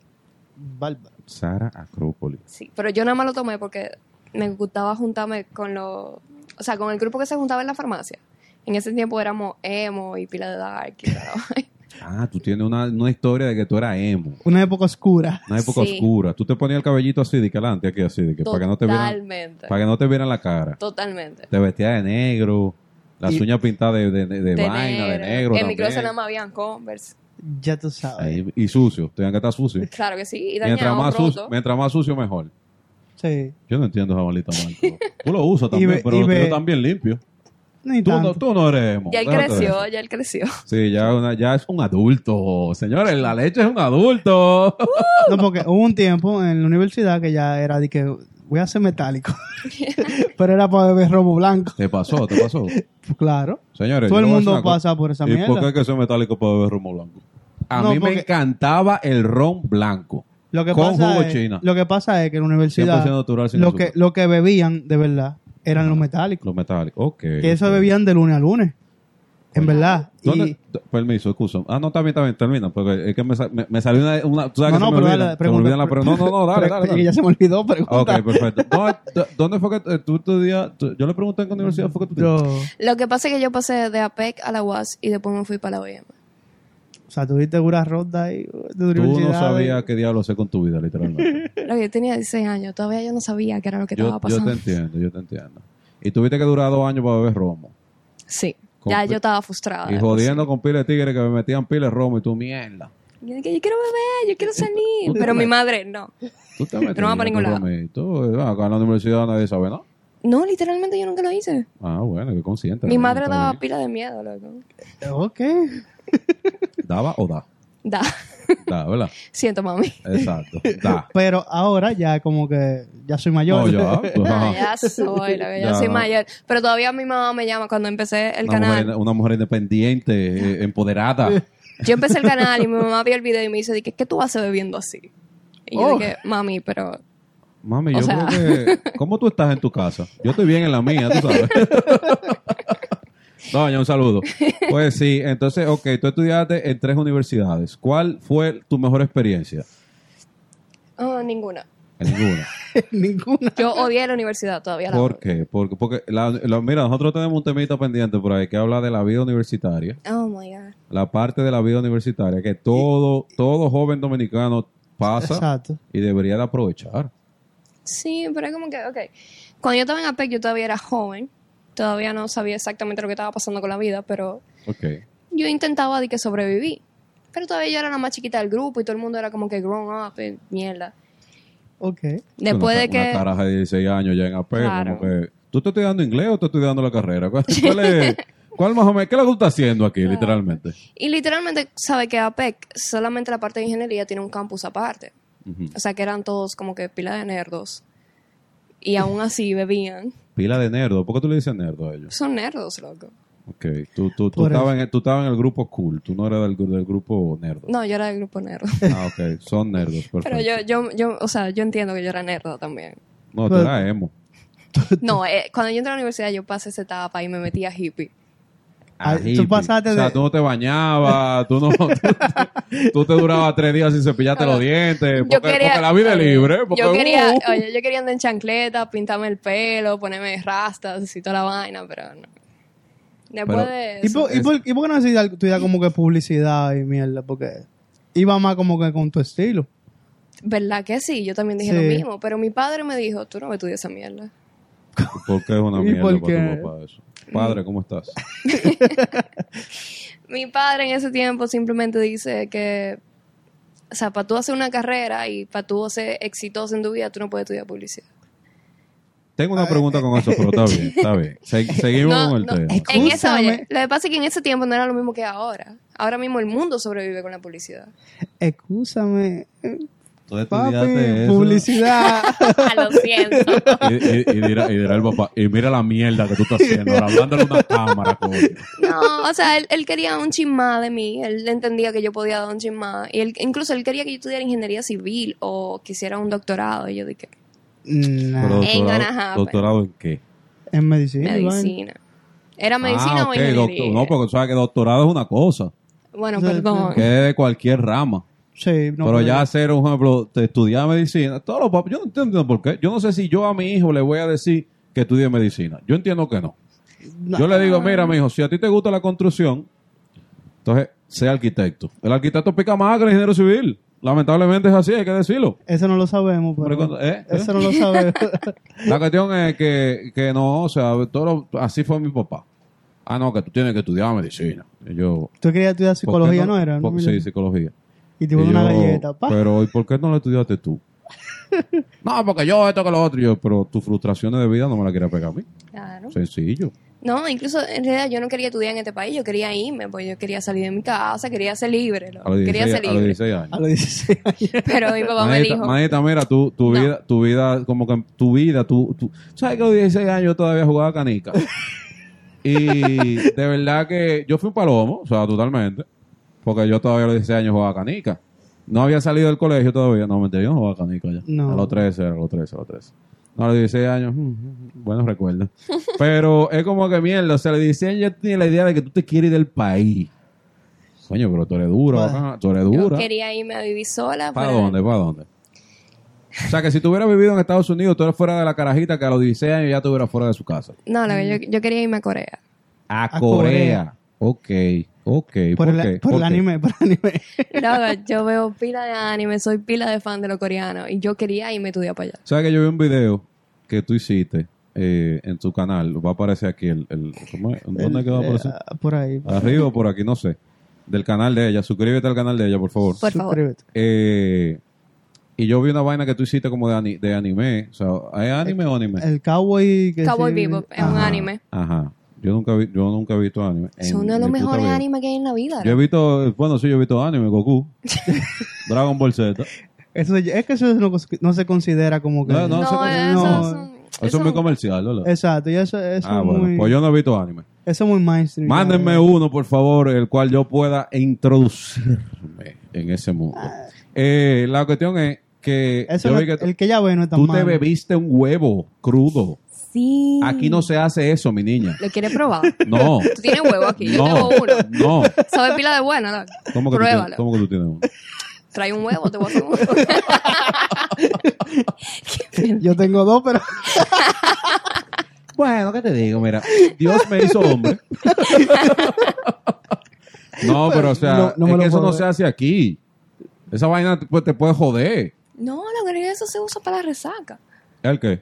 Bárbaro. Sara Acrópolis. Sí, pero yo nada más lo tomé porque me gustaba juntarme con los, o sea, con el grupo que se juntaba en la farmacia. En ese tiempo éramos emo y pila de dark. y toda la vaina. Ah, tú tienes una, una historia de que tú eras emo. Una época oscura. Una época Sí. oscura. Tú te ponías el cabellito así de que adelante, aquí así de que para que no te vieran, totalmente, para que no te vieran la cara. totalmente. Te vestías de negro, las Y- uñas pintadas de, de, de- de vaina, de negro. En mi también. closet nada más habían Converse. Ya tú sabes. Ahí- y sucio, tenían que estar sucio. Claro que sí, y Mientras dañado, más, sucio roto. mientras más sucio, mejor. Sí. Yo no entiendo esa bolita mal. Tú lo usas también, Y ve- pero y lo ve- tuyos también limpio. Ni Tú no, tanto. tú no eres emo. Ya él déjate de creció, eso. ya él creció. Sí, ya, una- ya es un adulto. Señores, la leche es un adulto. No, porque hubo un tiempo en la universidad que ya era de que voy a ser metálico. Pero era para beber romo blanco. te pasó, te pasó. Pues claro. Señores, Todo yo le el voy a mundo decir una pasa por esa ¿Y por qué mierda. es que soy metálico para beber ron blanco? A No, mí porque- me encantaba el ron blanco. Lo que, con pasa jugo es, china. lo que pasa es que en la 100% universidad natural sin lo azúcar. que, lo que bebían de verdad eran los metálicos. Los metálicos. Ok. Que eso ok. bebían de lunes a lunes. En Oye, verdad. Y- ¿Dónde- d- Permiso, excusa. Ah, no, está bien, está bien, termina. Porque es que me, sa- me- me salió una. una tú sabes que No, no, se me pero olvida, dale, se me pregunta, olvidan la pre- No, no, no, dale, Pero- dale. que dale. Ya se me olvidó preguntar. Ok, perfecto. No, d- ¿Dónde fue que eh, tú estudias? Tú- Yo le pregunté en qué universidad fue que tú Yo- estudiaste. Lo que pasa es que yo pasé de APEC a la UAS y después me fui para la OEM. o sea, tuviste una ronda y Tú no sabías qué diablo hacer con tu vida, literalmente. Lo que yo tenía 16 años, todavía yo no sabía qué era lo que yo, yo te estaba pasando. entiendo, yo te entiendo. Y tuviste que durar dos años para beber romo. Sí, Con- ya yo estaba Ah, frustrada. Y pues jodiendo con piles de tigres que me metían piles de romo y tu mierda. Yo dije, yo quiero beber, yo quiero salir. Pero mi madre, no. Tú te Pero no va para ningún lado. lado. Eh, Acá en la universidad nadie sabe, ¿no? No, literalmente yo nunca lo hice. Ah, bueno, qué consciente. Mi ¿no? madre Está daba bien. pila de miedo, loco. Eh, Ok. ¿Daba o da? Da. Da, ¿verdad? Siento, mami. Exacto. Da. Pero ahora ya como que ya soy mayor. No, ya. pues, Ah, ajá. ya soy, loco, ya Ya. soy mayor. Pero todavía mi mamá me llama cuando empecé el Una canal. mujer, una mujer independiente, eh, empoderada. Yo empecé el canal y mi mamá vio el video y me dice, dije, ¿qué tú haces bebiendo así? Y yo Oh. dije, mami, pero... Mami, O yo sea. creo que. ¿Cómo tú estás en tu casa? Yo estoy bien en la mía, tú sabes. Doña, un saludo. Pues sí, entonces, ok, tú estudiaste en tres universidades. ¿Cuál fue tu mejor experiencia? Oh, ninguna. En ninguna. Ninguna. Yo odié la universidad todavía. la ¿Por odio. qué? Porque, porque la- la- mira, nosotros tenemos un temita pendiente por ahí que habla de la vida universitaria, Oh, my God. la parte de la vida universitaria que todo, todo joven dominicano pasa Exacto. y debería de aprovechar. Sí, pero es como que, ok. Cuando yo estaba en APEC, yo todavía era joven. Todavía no sabía exactamente lo que estaba pasando con la vida, pero Ok. yo intentaba de que sobreviví. Pero todavía yo era la más chiquita del grupo y todo el mundo era como que grown up, eh, mierda. Ok. Después Una- de que... Una caraja de 16 años ya en AP. Claro. como que, ¿Tú estás estudiando inglés o estás estudiando la carrera? ¿Cuál, cuál es- cuál más o menos? ¿Qué es lo que tú estás haciendo aquí, literalmente? Y literalmente, sabe que APEC, solamente la parte de ingeniería tiene un campus aparte. Ujú. O sea, que eran todos como que pila de nerdos. Y aún así bebían. Pila de nerdo. ¿Por qué tú le dices nerdo a ellos? Son nerdos, loco. Ok. Tú, tú, tú, Por estabas, en, el- tú estabas en el grupo cool. Tú no eras del, del grupo nerdo. No, yo era del grupo nerdo. Ah, ok. Son nerdos. Perfecto. Pero yo, yo, yo, o sea, yo entiendo que yo era nerda también. No, tú Pero- eras emo. No, eh, cuando yo entré a la universidad yo pasé esa etapa y me metí a hippie. Ah, Ají, tú pasaste O sea, de- tú no te bañabas, tú no... Tú, tú te durabas tres días sin cepillarte los dientes. Eh, Porque, yo quería, porque la vida es libre. porque- yo quería, uh, oye, yo quería andar en chancleta, pintarme el pelo, ponerme rastas y toda la vaina, pero no. Después Pero- de ¿Y eso- por, y por- y por qué no decidiste estudiar como que publicidad y mierda? Porque iba más como que con tu estilo. ¿verdad que sí? Yo también dije Sí. lo mismo, pero mi padre me dijo, tú no me estudias esa mierda. ¿Por qué es una ¿Y mierda por para qué? tu papá eso? Padre, ¿cómo estás? Mi padre en ese tiempo simplemente dice que, o sea, para tú hacer una carrera y para tú ser exitoso en tu vida, tú no puedes estudiar publicidad. Tengo una pregunta con eso, pero está bien, está bien. Se- seguimos No, con el no, tema. En Escúchame. esa, oye, lo que pasa es que en ese tiempo no era lo mismo que ahora. Ahora mismo el mundo sobrevive con la publicidad. Excúsame. Tú estudiaste Papi, eso. publicidad. Lo siento. Y, y- y dirá, y dirá el papá, y mira la mierda que tú estás haciendo, ahora hablándole a una cámara, coño. No, o sea, él, él quería un chin más de mí. Él entendía que yo podía dar un chin más. Y él, incluso él quería que yo estudiara ingeniería civil o que hiciera un doctorado. Y yo dije, Nah, Pero Ain't gonna doctorado, happen. doctorado en qué? en medicina. Iván. medicina. ¿Era medicina Ah, o ok, ingeniería? doctor- no, porque tú sabes que doctorado es una cosa, Bueno, pues, Sí, sí. perdón. que es de cualquier rama. Sí, no, pero ya hacer un ejemplo, te estudiar medicina, todos los pap- yo no entiendo por qué. Yo no sé si yo a mi hijo le voy a decir que estudie medicina. Yo entiendo que no. No. Yo le digo, mira, mi hijo, si a ti te gusta la construcción, entonces sea arquitecto. El arquitecto pica más que el ingeniero civil. Lamentablemente es así, hay que decirlo. Eso no lo sabemos, pero- Hombre, cuando- ¿eh? ¿eh? Eso no lo sabemos. La cuestión es que, que no, o sea, todo lo- así fue mi papá. Ah, no, que tú tienes que estudiar medicina. Y yo, Tú querías estudiar ¿por qué psicología, ¿no, era? por- Mira. sí, psicología. Y te ponen Y yo, una pues, galleta. pa. Pero, ¿y por qué no lo estudiaste tú? no, porque yo esto que lo otro. Y yo, pero tus frustraciones de vida no me la quería pegar a mí. Claro. Sencillo. No, incluso en realidad yo no quería estudiar en este país. Yo quería irme, pues yo quería salir de mi casa, quería ser libre. loco, A los 16, Quería a ser los libre. 16 años. A los 16 años. Pero mi papá me Manita, dijo. manita, mira, tu, tu No. vida, tu vida, como que tu vida, tu, tu- ¿Sabes que a los 16 años yo todavía jugaba canica? y de verdad que yo fui un palomo, o sea, totalmente. Porque yo todavía a los 16 años jugaba canica. No había salido del colegio todavía, no, mentira, yo no jugaba canica ya. No. A los 13, a los 13, a los 13. No, a los 16 años, mm, mm, buenos recuerdos. Pero es como que mierda, o sea, a los 16 años ya tiene la idea de que tú te quieres ir del país. Coño, pero tú eres dura, Bueno. bacana, tú eres Yo dura. quería irme a vivir sola. pues". ¿Para pero- dónde? ¿Para dónde? O sea, que si tú hubieras vivido en Estados Unidos, tú eras fuera de la carajita que a los 16 años ya estuvieras fuera de su casa. No, loco, yo, yo quería irme a Corea. A, A Corea. Ok, ok. Por el, qué? por el qué? anime, por el anime. Loco, yo veo pila de anime, soy pila de fan de los coreanos. Y yo quería irme a estudiar para allá. ¿Sabes que yo vi un video que tú hiciste eh, en tu canal? Va a aparecer aquí el... el- ¿cómo es? ¿Dónde es que va a Eh, aparecer? ah, por ahí. Arriba o por aquí, no sé. Del canal de ella. Suscríbete al canal de ella, por favor. Por favor. Suscríbete. Eh, y yo vi una vaina que tú hiciste como de, ani- de anime. O sea, ¿hay anime o anime? El cowboy. Que Cowboy sí- ah, Bebop es un Ajá, anime. Ajá. Yo nunca, vi- yo nunca he visto anime. Es en uno de mi los puta mejores vida. animes que hay en la vida. Yo he visto, eh, bueno, sí, yo he visto anime, Goku, Dragon Ball Z. Eso, es que eso no, no se considera como que. No, no, no, eso- eso, no. es un- Eso es muy un- comercial, ¿verdad? Exacto, y eso, eso ah, es bueno, muy. pues yo no he visto anime. Eso es muy mainstream. Mándenme ya. uno, por favor, el cual yo pueda introducirme en ese mundo. Eh, la cuestión es que Eso yo no- vi que el que ya ve no está tú mal. te bebiste un huevo crudo. Sí. Aquí no se hace eso, mi niña. ¿Lo quieres probar? No, Tú tienes huevo aquí, yo no, tengo uno. no. Sabe pila de bueno, loco. ¿Cómo que, tú tienes- Pruébalo. ¿Cómo que tú tienes uno? Trae un huevo, te voy a hacer un huevo. Yo tengo dos, pero. Bueno, ¿qué te digo? Mira, Dios me hizo hombre. no, pero o sea, No, no es me lo que eso no puedo ver. se hace aquí. Esa vaina te, pues, te puede joder. No, la mayoría eso se usa para la resaca. ¿El qué?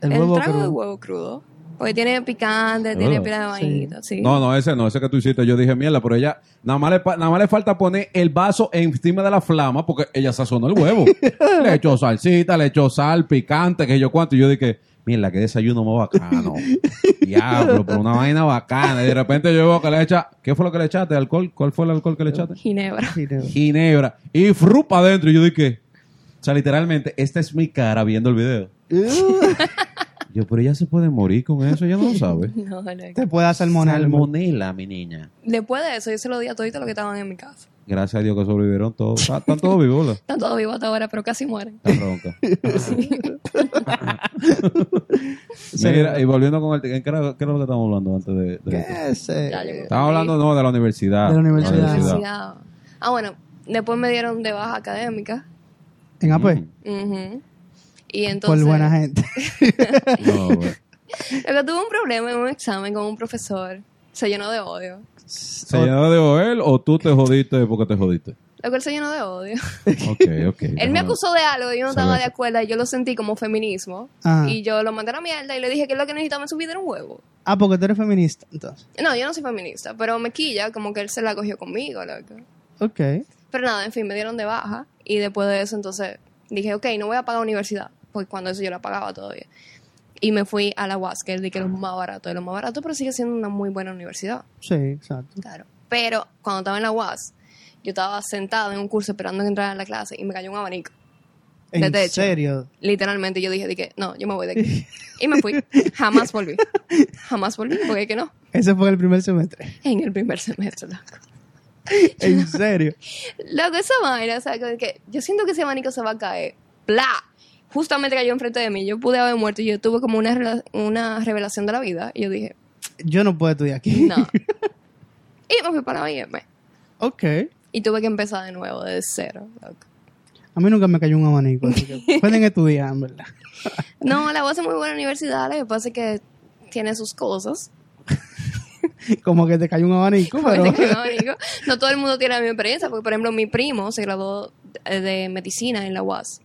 El El, huevo trago crudo. de huevo crudo. Porque tiene picante, ¿Es tiene verdad? pila de vainita, sí. No, no, ese no, ese que tú hiciste. Yo dije, mierda, pero ella, nada más le, pa- nada más le falta poner el vaso encima de la flama porque ella sazonó el huevo. le echó salsita, le echó sal, picante, que yo cuánto. Y yo dije, mierda, qué desayuno más bacano. Diablo, pero una vaina bacana. Y de repente yo veo que le echa, ¿qué fue lo que le echaste? ¿Alcohol? ¿Cuál fue el alcohol que le echaste? Ginebra. Sí, te- Ginebra y frupa adentro. Y yo dije, o sea, literalmente, esta es mi cara viendo el video. Yo, pero ella se puede morir con eso, ella no lo sabe. No, loco. Te puede hacer monal. Salmonela, mi niña. Después de eso, yo se lo di a todos los que estaban en mi casa. Gracias a Dios que sobrevivieron todos. Ah, Están todos vivos, ¿verdad? Están todos vivos hasta ahora, pero casi mueren. Está ronca. Mira, y volviendo con el... ¿Qué era, qué era lo que estábamos hablando antes de, de esto? ¿Qué sé? Ya llegó. Estábamos hablando, no, de la universidad. Eh, De la La universidad. universidad. Ah, bueno. Después me dieron de baja académica. En AP. Mm. Ujú. Y entonces... Por pues, buena gente. No, güey. Luego tuve un problema en un examen con un profesor. Se llenó de odio. ¿Se llenó de Joel o tú te jodiste porque te jodiste? Luego él se llenó de odio. Ok, ok. Él me Déjame- acusó de algo y yo no Sabe estaba de eso. acuerdo y yo lo sentí como feminismo. Ah. Y yo lo mandé a la mierda y le dije que lo que necesitaba en su vida era un huevo. Ah, porque tú eres feminista, entonces. No, yo no soy feminista, pero me quilla como que él se la cogió conmigo, loco. Ok. Pero nada, en fin, me dieron de baja y después de eso entonces dije, ok, no voy a pagar universidad, porque cuando eso yo la pagaba todavía. Y me fui a la UAS, que es de que es lo más barato, es lo más barato, pero sigue siendo una muy buena universidad. Sí, exacto. Claro. Pero cuando estaba en la UAS, yo estaba sentada en un curso esperando que entrara a la clase y me cayó un abanico. ¿En de techo. serio? Literalmente yo dije, dije, no, yo me voy de aquí. Y me fui. Jamás volví. Jamás volví, porque es que no. Ese fue el primer semestre. En el primer semestre, loco. ¿En serio? Loco, esa vaina, o sea, que- que yo siento que ese abanico se va a caer. ¡Pla! Justamente cayó enfrente de mí. Yo pude haber muerto y yo tuve como una, rela- una revelación de la vida. Y yo dije, Yo no puedo estudiar aquí. no. y me fui para irme. Ok. E. Y tuve que empezar de nuevo, de cero. loco. A mí nunca me cayó un abanico. así que pueden estudiar, en verdad. No, la voz es muy buena universidad. Lo que pasa es que tiene sus cosas. Como que te cayó un abanico, pero... Obviamente que no, digo, no todo el mundo tiene la misma experiencia, porque por ejemplo mi primo se graduó de, de medicina en la UAS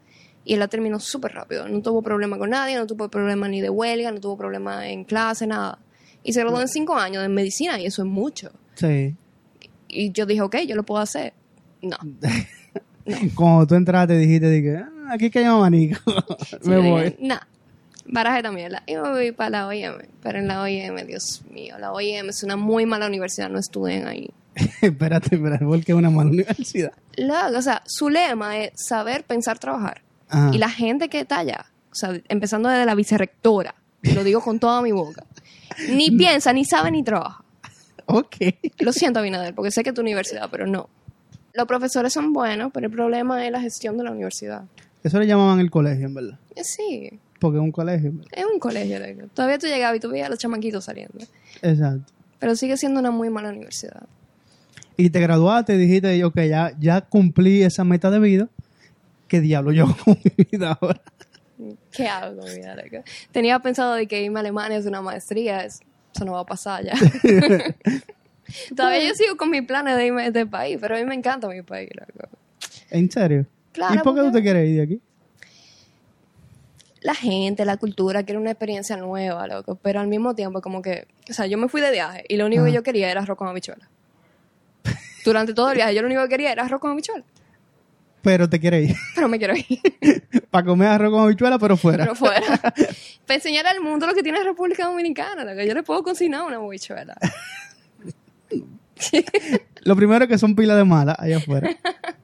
y él la terminó súper rápido. No tuvo problema con nadie, no tuvo problema ni de huelga, no tuvo problema en clase, nada. Y se graduó en cinco años de medicina y eso es mucho. Sí. Y yo dije, ok, yo lo puedo hacer. No. Cuando tú entraste dijiste, dije, "Ah, aquí que hay un abanico. me Yo voy. dije, Nah. Baraje también. La, y me voy para la OIM. Pero en la OIM, Dios mío, la OIM es una muy mala universidad, no estudien ahí. espérate, espérate, porque es una mala universidad. Luego, o sea, su lema es saber, pensar, trabajar. Ajá. Y la gente que está allá, o sea, empezando desde la vicerrectora, lo digo con toda mi boca, ni piensa, ni sabe, ni trabaja. Ok. Lo siento, Abinader, porque sé que es tu universidad, pero no. Los profesores son buenos, pero el problema es la gestión de la universidad. Eso le llamaban el colegio, en verdad. Eh, Sí, Porque es un colegio, en verdad. es un colegio. loco. Todavía tú llegabas y tú veías a los chamaquitos saliendo. Exacto. Pero sigue siendo una muy mala universidad. Y te graduaste y dijiste, ok, ya, ya cumplí esa meta de vida. ¿Qué diablo yo hago con mi vida ahora? ¿Qué hago con mi vida, loco? Tenía pensado de que irme a Alemania es una maestría. es- Eso no va a pasar ya. Todavía yo sigo con mis planes de irme de este país, pero a mí me encanta mi país, loco. ¿En serio? Claro, ¿Y por qué tú porque- te quieres ir de aquí? la gente, la cultura, que era una experiencia nueva, loco. Pero al mismo tiempo, como que, o sea, yo me fui de viaje y lo único que yo quería era arroz con habichuela. Durante todo el viaje, yo lo único que quería era arroz con habichuela. Pero te quieres ir. Pero me quiero ir, Para comer arroz con habichuela, pero fuera. pero fuera. Para enseñar al mundo lo que tiene República Dominicana, loco. Yo le puedo cocinar una habichuela. Lo primero es que son pilas de malas allá afuera.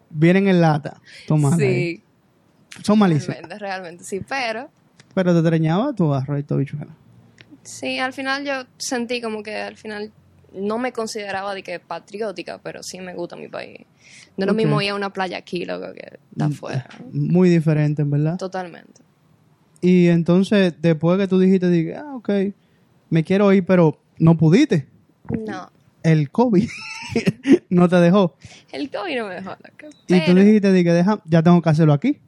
Vienen en lata, tomando. ahí. sí, Son malísimas. realmente, realmente, sí. Pero, Pero te extrañaba tu arroz y tu habichuela. sí, al final yo sentí como que al final no me consideraba de que patriótica, pero sí me gusta mi país. No es lo Ok. Mm. mismo ir a una playa aquí, loco, que está afuera. Muy diferente, en verdad. Totalmente. Y entonces, después que tú dijiste, dije, ah, ok, me quiero ir, pero no pudiste. No. El COVID no te dejó. El COVID no me dejó loca. Y tú Pero, dijiste, dije, deja, ya tengo que hacerlo aquí.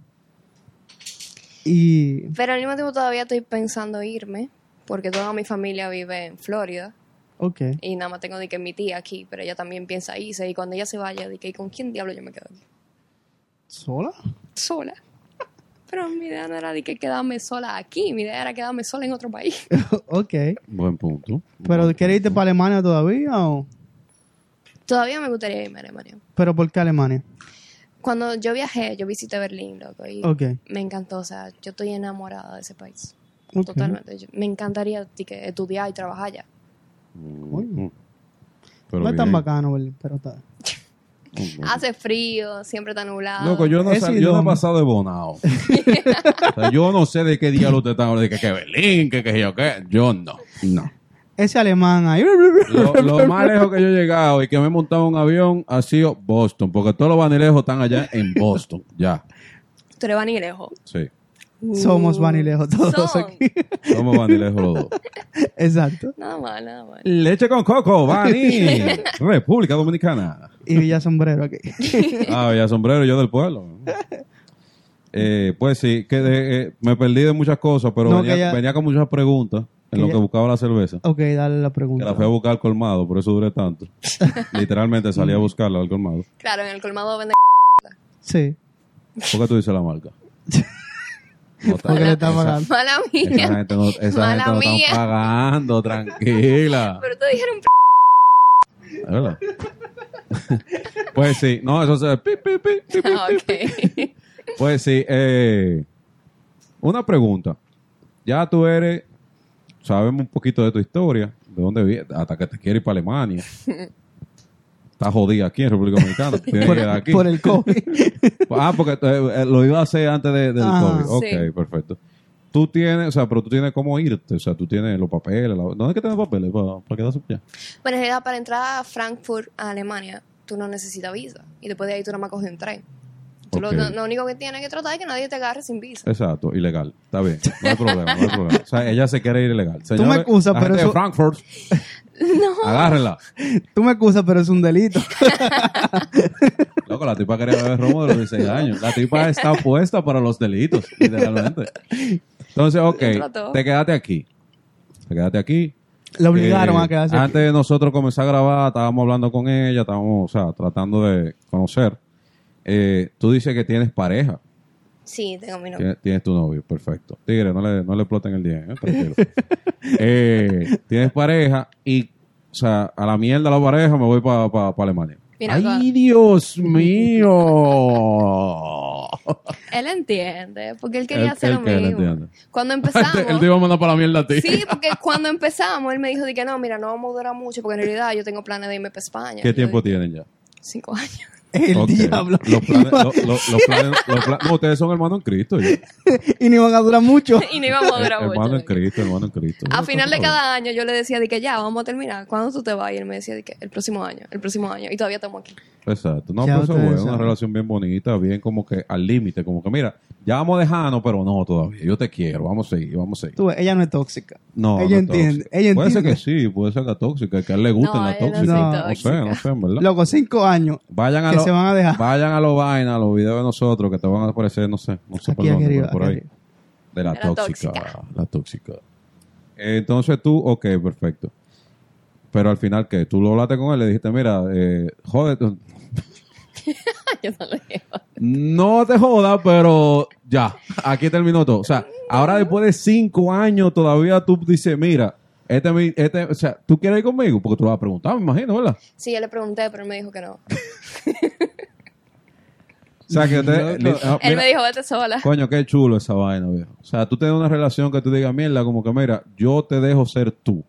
Y, pero al mismo tiempo todavía estoy pensando irme, porque toda mi familia vive en Florida ok, y nada más tengo de que mi tía aquí, pero ella también piensa irse y cuando ella se vaya, de que ¿y con quién diablo yo me quedo aquí? ¿sola? Sola. Pero mi idea no era de que quedarme sola aquí, mi idea era quedarme sola en otro país. ok. Buen punto. ¿Pero quieres irte para Alemania todavía o...? Todavía me gustaría irme a Alemania. ¿Pero por qué Alemania? Cuando yo viajé, yo visité Berlín, loco, y Ok, me encantó, o sea, yo estoy enamorada de ese país. ok. Totalmente. Yo- me encantaría de que estudiar y trabajar allá. Mm, Pero No es tan bien. bacano, Berlín, pero está. Hace frío, siempre está nublado. Loco, yo no, Es sab- yo no he idioma. pasado de bonao. O sea, yo no sé de qué diablo usted está hablando, de que, que Berlín, que que yo qué. Yo no, no. Ese alemán ahí... Lo, lo más lejos que yo he llegado y que me he montado en un avión ha sido Boston, porque todos los vanilejos están allá en Boston, ya. Tú eres vanilejos. Sí, Somos vanilejos todos Son. aquí. somos vanilejos los dos. Exacto. Nada mal, nada mal. Leche con coco, Bani, República Dominicana. Y Villa Sombrero aquí. Ah, Villa Sombrero, yo del pueblo. Eh, pues sí, que de- eh, me perdí de muchas cosas, pero No, venía, que ya- venía con muchas preguntas que en lo que ya- buscaba la cerveza. Ok, dale la pregunta. Que la fui a buscar al colmado, por eso duré tanto. Literalmente salí a buscarla al colmado. Claro, en el colmado vende. Sí, ¿Por qué tú dices la marca? No está- porque le está esa- pagando. Mala Esa mía. gente no, esa Mala gente no está mía. pagando, tranquila. Pero te dijeron. p- Es verdad. pues sí, no, eso se... pi, pi, pi, pi, pi. Ah, ok. Pues sí, eh, una pregunta. Ya tú eres, sabemos un poquito de tu historia, de dónde vienes, hasta que te quieres ir para Alemania. Está jodida aquí en República Dominicana. Tiene que por, quedar aquí. por el COVID. Ah, porque eh, eh, lo iba a hacer antes de- del Ah. COVID. Ok, Sí. perfecto. Tú tienes, o sea, pero tú tienes cómo irte. O sea, tú tienes los papeles. la- ¿Dónde es que tienes papeles para, para quedarse allá? Bueno, en realidad, para entrar a Frankfurt, a Alemania, tú no necesitas visa. Y después de ahí tú nada más coges un tren. Tú lo- Ok. lo, lo único que tienes que tratar es que nadie te agarre sin visa. Exacto, ilegal. Está bien, no hay problema, no hay problema. O sea, ella se quiere ir ilegal. Señores, me excusas, la pero gente de eso- Frankfurt, No. agárrela. Tú me acusas, pero es un delito. Loco, la tipa quería beber romo de los 16 años. La tipa está puesta para los delitos, literalmente. Entonces, trató. ok, te quedaste aquí. Te quedaste aquí. La obligaron Eh, a quedarse. aquí. Antes de nosotros comenzar a grabar, estábamos hablando con ella, estábamos, o sea, tratando de conocer. Eh, tú dices que tienes pareja. Sí, tengo mi novio. Tienes, tienes tu novio, perfecto. Tigre, no le, no le exploten el día, ¿eh? tranquilo. Eh, tienes pareja y, o sea, a la mierda la pareja me voy para Alemania. Mira, ¡Ay, acá. Dios mío! Él entiende, porque él quería Él- hacer él lo que él mismo. entiende. Cuando empezamos... Él te iba a mandar para la mierda a ti. Sí, porque cuando empezamos él me dijo de que no, mira, no vamos a durar mucho porque en realidad yo tengo planes de irme para España. ¿Qué Yo tiempo dije, tienen ya? Cinco años. El Ok. diablo. Los planes, lo- lo- los planes- los pla- no, ustedes son hermanos en Cristo. ya. y ni van a durar mucho. Y no íbamos a durar Eh, hermano en mucho. Cristo, hermano en Cristo. A final de cada año yo le decía de que ya, vamos a terminar. ¿Cuándo tú te vas? Y él me decía de que el próximo año, el próximo año. Y todavía estamos aquí. Exacto. No, Ya pero eso es ustedes bueno, una saben. relación bien bonita, bien como que al límite, como que mira, ya vamos dejando, pero no todavía. Yo te quiero, vamos a seguir, vamos a seguir. Tú ves, ella no es tóxica. No, Ella no es entiende, tóxica. ella puede entiende. ser que sí, puede ser que tóxica, que a él le gusten No, las yo no tóxicas. soy No, sé, tóxica. no sé, en verdad. Loco, cinco años. Vayan a, que lo- se van a dejar. vayan a los vainas, a los videos de nosotros que te van a aparecer, no sé, no sé por Aquí dónde, arriba, pero por aquí ahí. arriba. De la, De la tóxica, tóxica. La tóxica. Entonces tú, ok, perfecto. Pero al final, ¿qué? Tú lo hablaste con él, le dijiste, mira, eh, jódete. yo no lo digo. No te jodas, pero ya, aquí terminó todo. O sea, ahora después de cinco años todavía tú dices, mira, este, es mi- este, o sea, tú quieres ir conmigo, porque tú lo vas a preguntar, me imagino, ¿verdad? Sí, yo le pregunté, pero él me dijo que no. O sea, que te, Loco. ah, Él mira, me dijo, vete sola. coño, qué chulo esa vaina, viejo. O sea, tú tienes una relación que tú digas, mierda, como que mira, yo te dejo ser tú.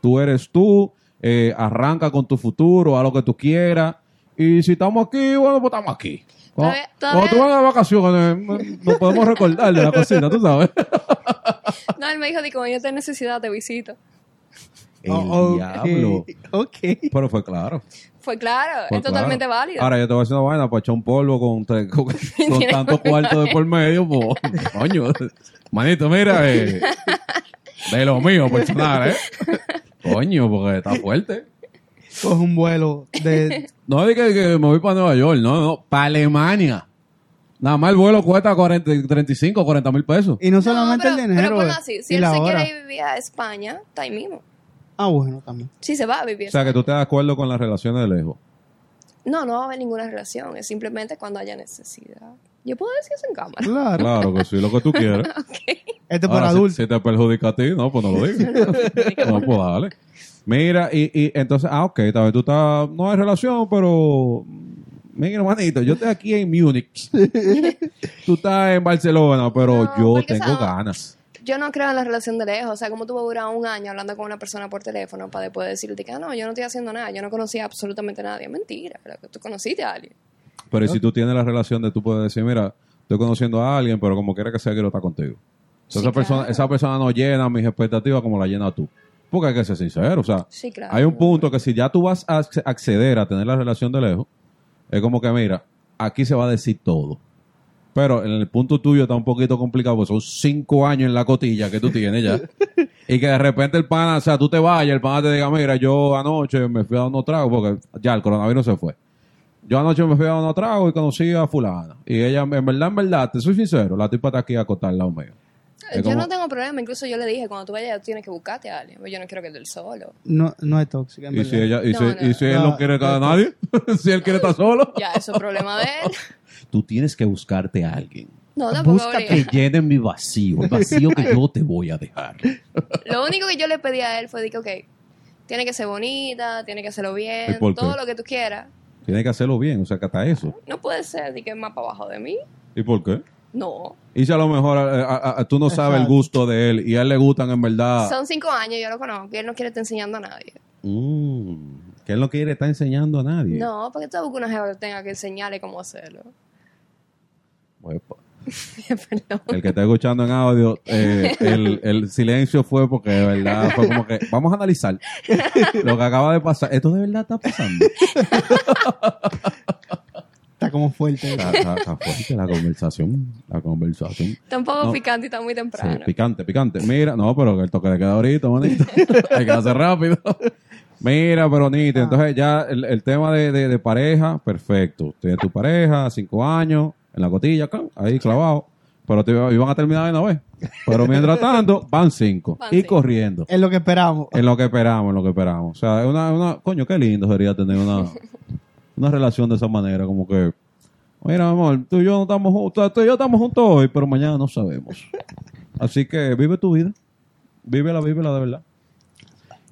Tú eres tú, eh, arranca con tu futuro, haz lo que tú quieras. Y si estamos aquí, bueno, pues estamos aquí. Cuando, Todavía- todavía- cuando tú vas de vacaciones, nos podemos recordar de la cocina, tú sabes. No, él me dijo de que cuando yo tengo necesidad te visito. El Oh, ok. diablo. Ok. Pero fue claro. Fue claro, fue es totalmente Pues claro. válido. Ahora yo te voy a hacer una vaina para echar un polvo con, te- con, con tanto cuarto de por medio. po. coño. Manito, mira. eh, de lo mío personal, ¿eh? Coño, porque está fuerte. Coge Pues, un vuelo de. No es que, que me voy para Nueva York, no, no. Para Alemania. Nada más el vuelo cuesta 40, 35, 40 mil pesos. Y no No, solamente pero, el dinero. Pero ponlo eh, así, si y él la se hora. quiere ir a vivir a España, está ahí mismo. Ah, bueno, también. Sí, se va a vivir. O sea, que tú estás de acuerdo con las relaciones de lejos. No, no va a haber ninguna relación. Es simplemente cuando haya necesidad. Yo puedo decir eso en cámara. Claro. Claro que sí, lo que tú quieras. Este es para Ahora, si- adultos. Si, te perjudica a ti, no, pues no lo digas. no, pues dale. Mira, y, y entonces, ah, ok, tal vez tú estás, no hay relación, pero, mi hermanito, yo estoy aquí en Múnich. tú estás en Barcelona, pero No, yo porque, tengo ¿sabes? ganas. Yo no creo en la relación de lejos. O sea, como tú vas a durar un año hablando con una persona por teléfono para después decirte que, ah, no, yo no estoy haciendo nada. Yo no conocí absolutamente a nadie. Mentira. Lo que tú conociste a alguien. Pero si tú tienes la relación de tú puedes decir, mira, estoy conociendo a alguien, pero como quiera que sea, quiero estar contigo. Entonces, Sí, esa, persona, claro. esa persona no llena mis expectativas como la llena tú. Porque hay que ser sincero, o sea, Sí, claro. Hay un punto que si ya tú vas a acce- acceder a tener la relación de lejos, es como que mira, aquí se va a decir todo. Pero en el punto tuyo está un poquito complicado, porque son cinco años en la cotilla que tú tienes ya. y que de repente el pana, o sea, tú te vayas, el pana te diga, mira, yo anoche me fui a dar unos tragos, porque ya el coronavirus se fue. Yo anoche me fui a dar unos tragos y conocí a fulana. Y ella, en verdad, en verdad, te soy sincero, la tipa está aquí a acostar al lado mío. Yo Es como- no tengo problema. Incluso yo le dije, cuando tú vayas, tienes que buscarte a alguien. pues Yo no quiero que él solo. No, no es tóxica. en Y verdad. si, ella, y No, si- no. y si él No, no quiere cada no. nadie, si él quiere estar solo. Ya, eso es problema de él. tú tienes que buscarte a alguien. No, tampoco Busca habría. que llene mi vacío, el vacío que yo te voy a dejar. Lo único que yo le pedí a él fue de que, ok, tiene que ser bonita, tiene que hacerlo ¿Y bien, por qué? todo lo que tú quieras. Tienes que hacerlo bien, o sea, que hasta eso. No puede ser de que es más para abajo de mí. ¿Y por qué? No. Y si a lo mejor eh, a- a- a- tú no sabes el Exacto. gusto de él y a él le gustan en verdad. Son cinco años, yo lo conozco, y él no quiere estar enseñando a nadie. Mm. Que él no quiere estar enseñando a nadie. No, porque tú buscas una jeva que tenga que enseñarle cómo hacerlo. Pues, pa- Perdón. el que está escuchando en audio, eh, el, el silencio fue porque de verdad fue como que vamos a analizar lo que acaba de pasar. Esto de verdad está pasando. Está como fuerte. Está, está- está fuerte la conversación. La conversación. Está un poco No. picante y está muy Sí, temprano. picante, picante. Mira, no, pero el toque le queda ahorita, bonito. Hay que hacer rápido. Mira, Ah. Peronita, entonces ya el, el tema de, de- de pareja, perfecto. Tienes tu pareja, cinco años, en la cotilla, acá, ahí clavado. Pero te iban a terminar de una vez. Pero mientras tanto, van cinco. Van y cinco. corriendo. Es lo que esperamos. En lo que esperamos, en lo que esperamos. O sea, es una, una, coño, qué lindo sería tener una, una relación de esa manera, como que, mira, mi amor, tú y yo no estamos juntos, tú y yo estamos juntos hoy, pero mañana no sabemos. Así que vive tu vida, vívela, vívela de verdad.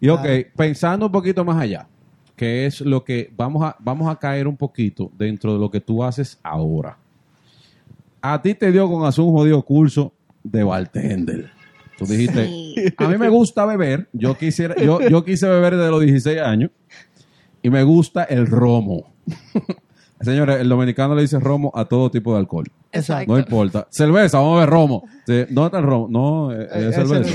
Y ok, Claro. pensando un poquito más allá, que es lo que vamos a, vamos a caer un poquito dentro de lo que tú haces ahora. A ti te dio con hacer un jodido curso de bartender. Tú dijiste, Sí. a mí me gusta beber. Yo, quisiera, yo, yo quise beber desde los 16 años. Y me gusta el romo. Señores, el dominicano le dice romo a todo tipo de alcohol. Exacto. No importa. Cerveza, vamos a beber romo. Sí, ¿Dónde está el romo? No, eh, Eh, es cerveza.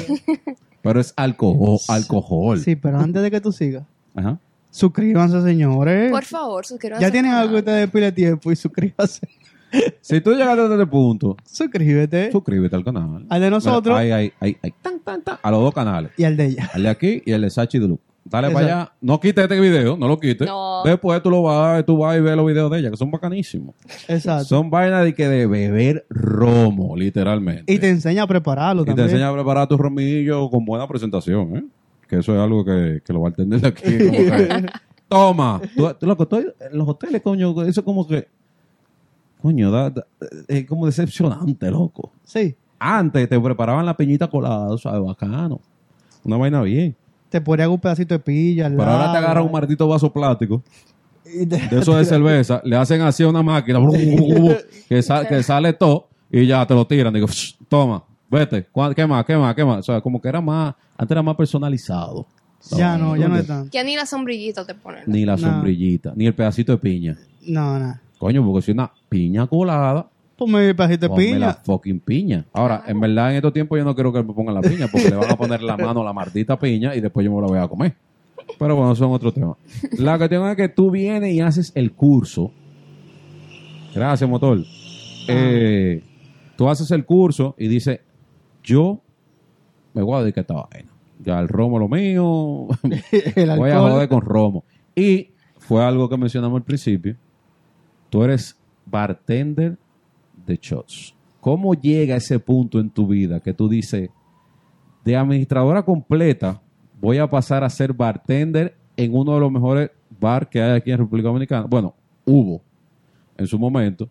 Pero es alcohol. alcohol. Sí, pero antes de que tú sigas, Ajá. suscríbanse, señores. Por favor, suscríbanse. ya tienen al algo que canal. ustedes pide tiempo y suscríbanse. Si tú llegaste a este punto, Suscríbete suscríbete al canal. al de nosotros Mira, ahí, ahí, ahí, ahí. Tan, tan, tan. A los dos canales. y al de ella. Dale aquí y el de Sachi Duluc. Dale para Exacto. allá. No quites este video, no lo quites. No. Después tú lo vas, tú vas y ves los videos de ella, que son bacanísimos. Exacto. Son vainas de que de beber romo, literalmente. Y te enseña a prepararlo Y te también. enseña a preparar tus romillos con buena presentación, ¿eh? Que eso es algo que, que lo va a entender aquí. como que, Toma. Tú- tú, loco, estoy en los hoteles, coño, eso como que... Coño, da- da- es como decepcionante, loco. Sí. Antes te preparaban la piñita colada, ¿sabes? Bacano. Una vaina bien. Te ponían un pedacito de pilla. al Pero ahora lado, te agarran un maldito vaso plástico y te- de eso de cerveza, le hacen así a una máquina que, sa- que sale todo y ya te lo tiran. Digo, "Psh, toma, vete, ¿Cuá- ¿qué más? ¿Qué más? ¿Qué más? O sea, como que era más, antes era más personalizado. Ya no, ya no ¿Entiendes? es tan. Ya ni la sombrillita te ponen. Ni la No. sombrillita, ni el pedacito de piña. No, no. Coño, porque si una piña colada, Ponme mi pedacito de ponme la piña. fucking piña. Ahora, en verdad, en estos tiempos yo no quiero que me pongan la piña porque le van a poner la mano a la maldita piña y después yo me la voy a comer. Pero bueno, son otros temas. La cuestión es que tú vienes y haces el curso. Gracias, motor. Eh, tú haces el curso y dices, yo me voy a dedicar a esta vaina. Ya el romo lo mío, El voy a alcohol. joder con romo. Y fue algo que mencionamos al principio. Tú eres bartender de shots. ¿Cómo llega ese punto en tu vida que tú dices, de administradora completa, voy a pasar a ser bartender en uno de los mejores bar que hay aquí en República Dominicana? Bueno, hubo en su momento.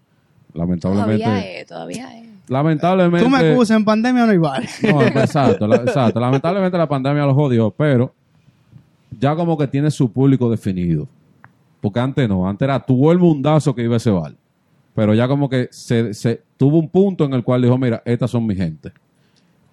Lamentablemente. Todavía es, todavía es. Lamentablemente. Tú me excusas, en pandemia no hay bar. No, exacto, la- exacto. Lamentablemente la pandemia los jodió, pero ya como que tiene su público definido. Porque antes no, antes era tuvo el mundazo que iba a ese bar. Pero ya como que se, se- tuvo un punto en el cual dijo, mira, estas son mi gente.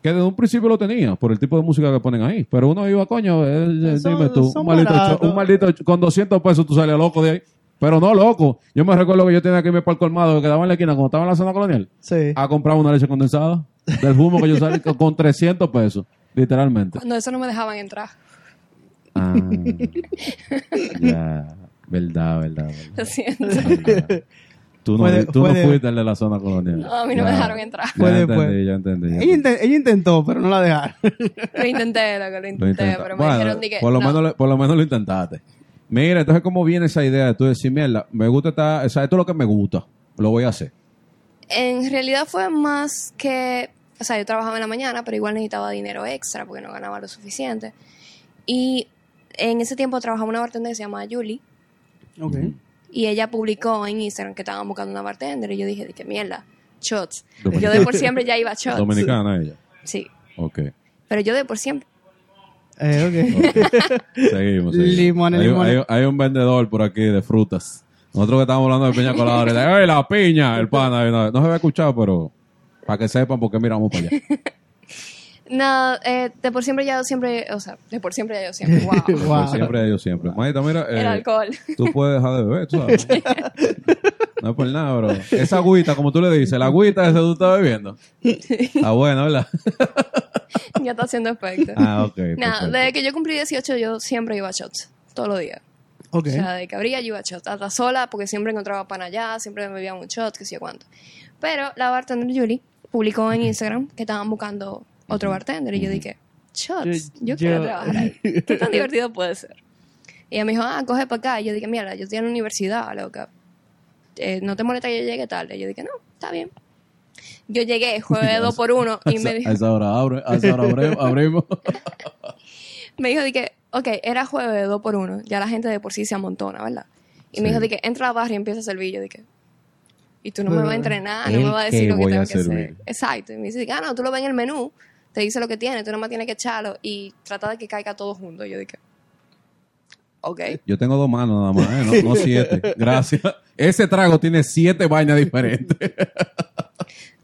Que desde un principio lo tenía, por el tipo de música que ponen ahí. Pero uno iba, coño, eh, eh, Son- dime tú, son un maldito, baratos. cho- un maldito cho- con 200 pesos tú sales loco de ahí. Pero no loco. Yo me recuerdo que yo tenía que irme para el colmado que quedaba en la esquina cuando estaba en la zona colonial Sí. a comprar una leche condensada del humo que yo salí con, con 300 pesos, literalmente. No, eso no me dejaban entrar. Ah, ya, verdad, verdad, Lo siento. verdad. Tú no, Fue de- tú fue no de- fuiste el de la zona colonial. No, a mí no me Ya. dejaron entrar. Ya Fue de- entendí, fue- ya entendí. ya Ella, entendí. inte- ella intentó, pero no la dejaron. Lo intenté, loco, lo Lo intenté, intenta- pero me Bueno, dijeron ni que. por, lo no. menos, lo- por lo menos lo intentaste. Mira, entonces, ¿cómo viene esa idea de tú decir, mierda, me gusta esta, o sea, esto es lo que me gusta, lo voy a hacer? En realidad fue más que, o sea, yo trabajaba en la mañana, pero igual necesitaba dinero extra porque no ganaba lo suficiente. Y en ese tiempo trabajaba una bartender que se llamaba Julie Ok. y ella publicó en Instagram que estaban buscando una bartender y yo dije, de qué mierda, shots. Dominicana. Yo de por siempre ya iba a shots. Dominicana ella. Sí, Ok. pero yo de por siempre. Eh, ok. Ok. Seguimos. seguimos. Limones, hay, un- limones. hay un- hay un vendedor por aquí de frutas. Nosotros que estábamos hablando de piña colada, le dice, ¡Ey, la piña! El pana. y no, no se va a escuchar, pero para que sepan, porque miramos para allá. No, eh, de por siempre ya yo siempre, o sea, de por siempre ya yo siempre, wow. Por Wow. siempre, yo siempre. Manita, mira, El eh, alcohol. tú puedes dejar de beber, tú sabes. No es por nada, bro. Esa agüita, como tú le dices, la agüita esa tú estás bebiendo. Está buena, ¿verdad? ya está haciendo efecto. Ah, ok. Nada, perfecto. desde que yo cumplí 18 yo siempre iba a shots, todos los días. Oh. Ok. O sea, de que abría yo iba a shots, hasta sola, porque siempre encontraba pan allá, siempre me bebían un shot, que sé yo cuánto. Pero la bartender Julie publicó en Instagram que estaban buscando otro bartender y yo dije, shots, Yo- yo quiero yo- trabajar ahí. ¿Qué tan divertido puede ser? Y ella me dijo, ah, coge para acá. Y yo dije, mira, yo estoy en la universidad, loca. Eh, ¿No te molesta que yo llegue tarde? Yo dije, no, está bien. Yo llegué, jueves de dos por uno y me dijo... A esa hora abre, a esa hora abre- abrimos. me dijo de que, ok, era jueves de dos por uno, ya la gente de por sí se amontona, ¿verdad? Y me Sí. dijo de que entra a la barra y empieza a servir, yo dije, y tú no me Pero- vas a entrenar, no ¿El me vas a decir qué lo que voy a tengo que hacer. servir? Exacto, y me dice, de que, ah, no, tú lo ves en el menú, te dice lo que tiene, tú nomás tienes que echarlo y trata de que caiga todo junto, yo dije, ok. Yo tengo dos manos nada más, ¿eh? no, no siete. Gracias. Ese trago tiene siete vainas diferentes.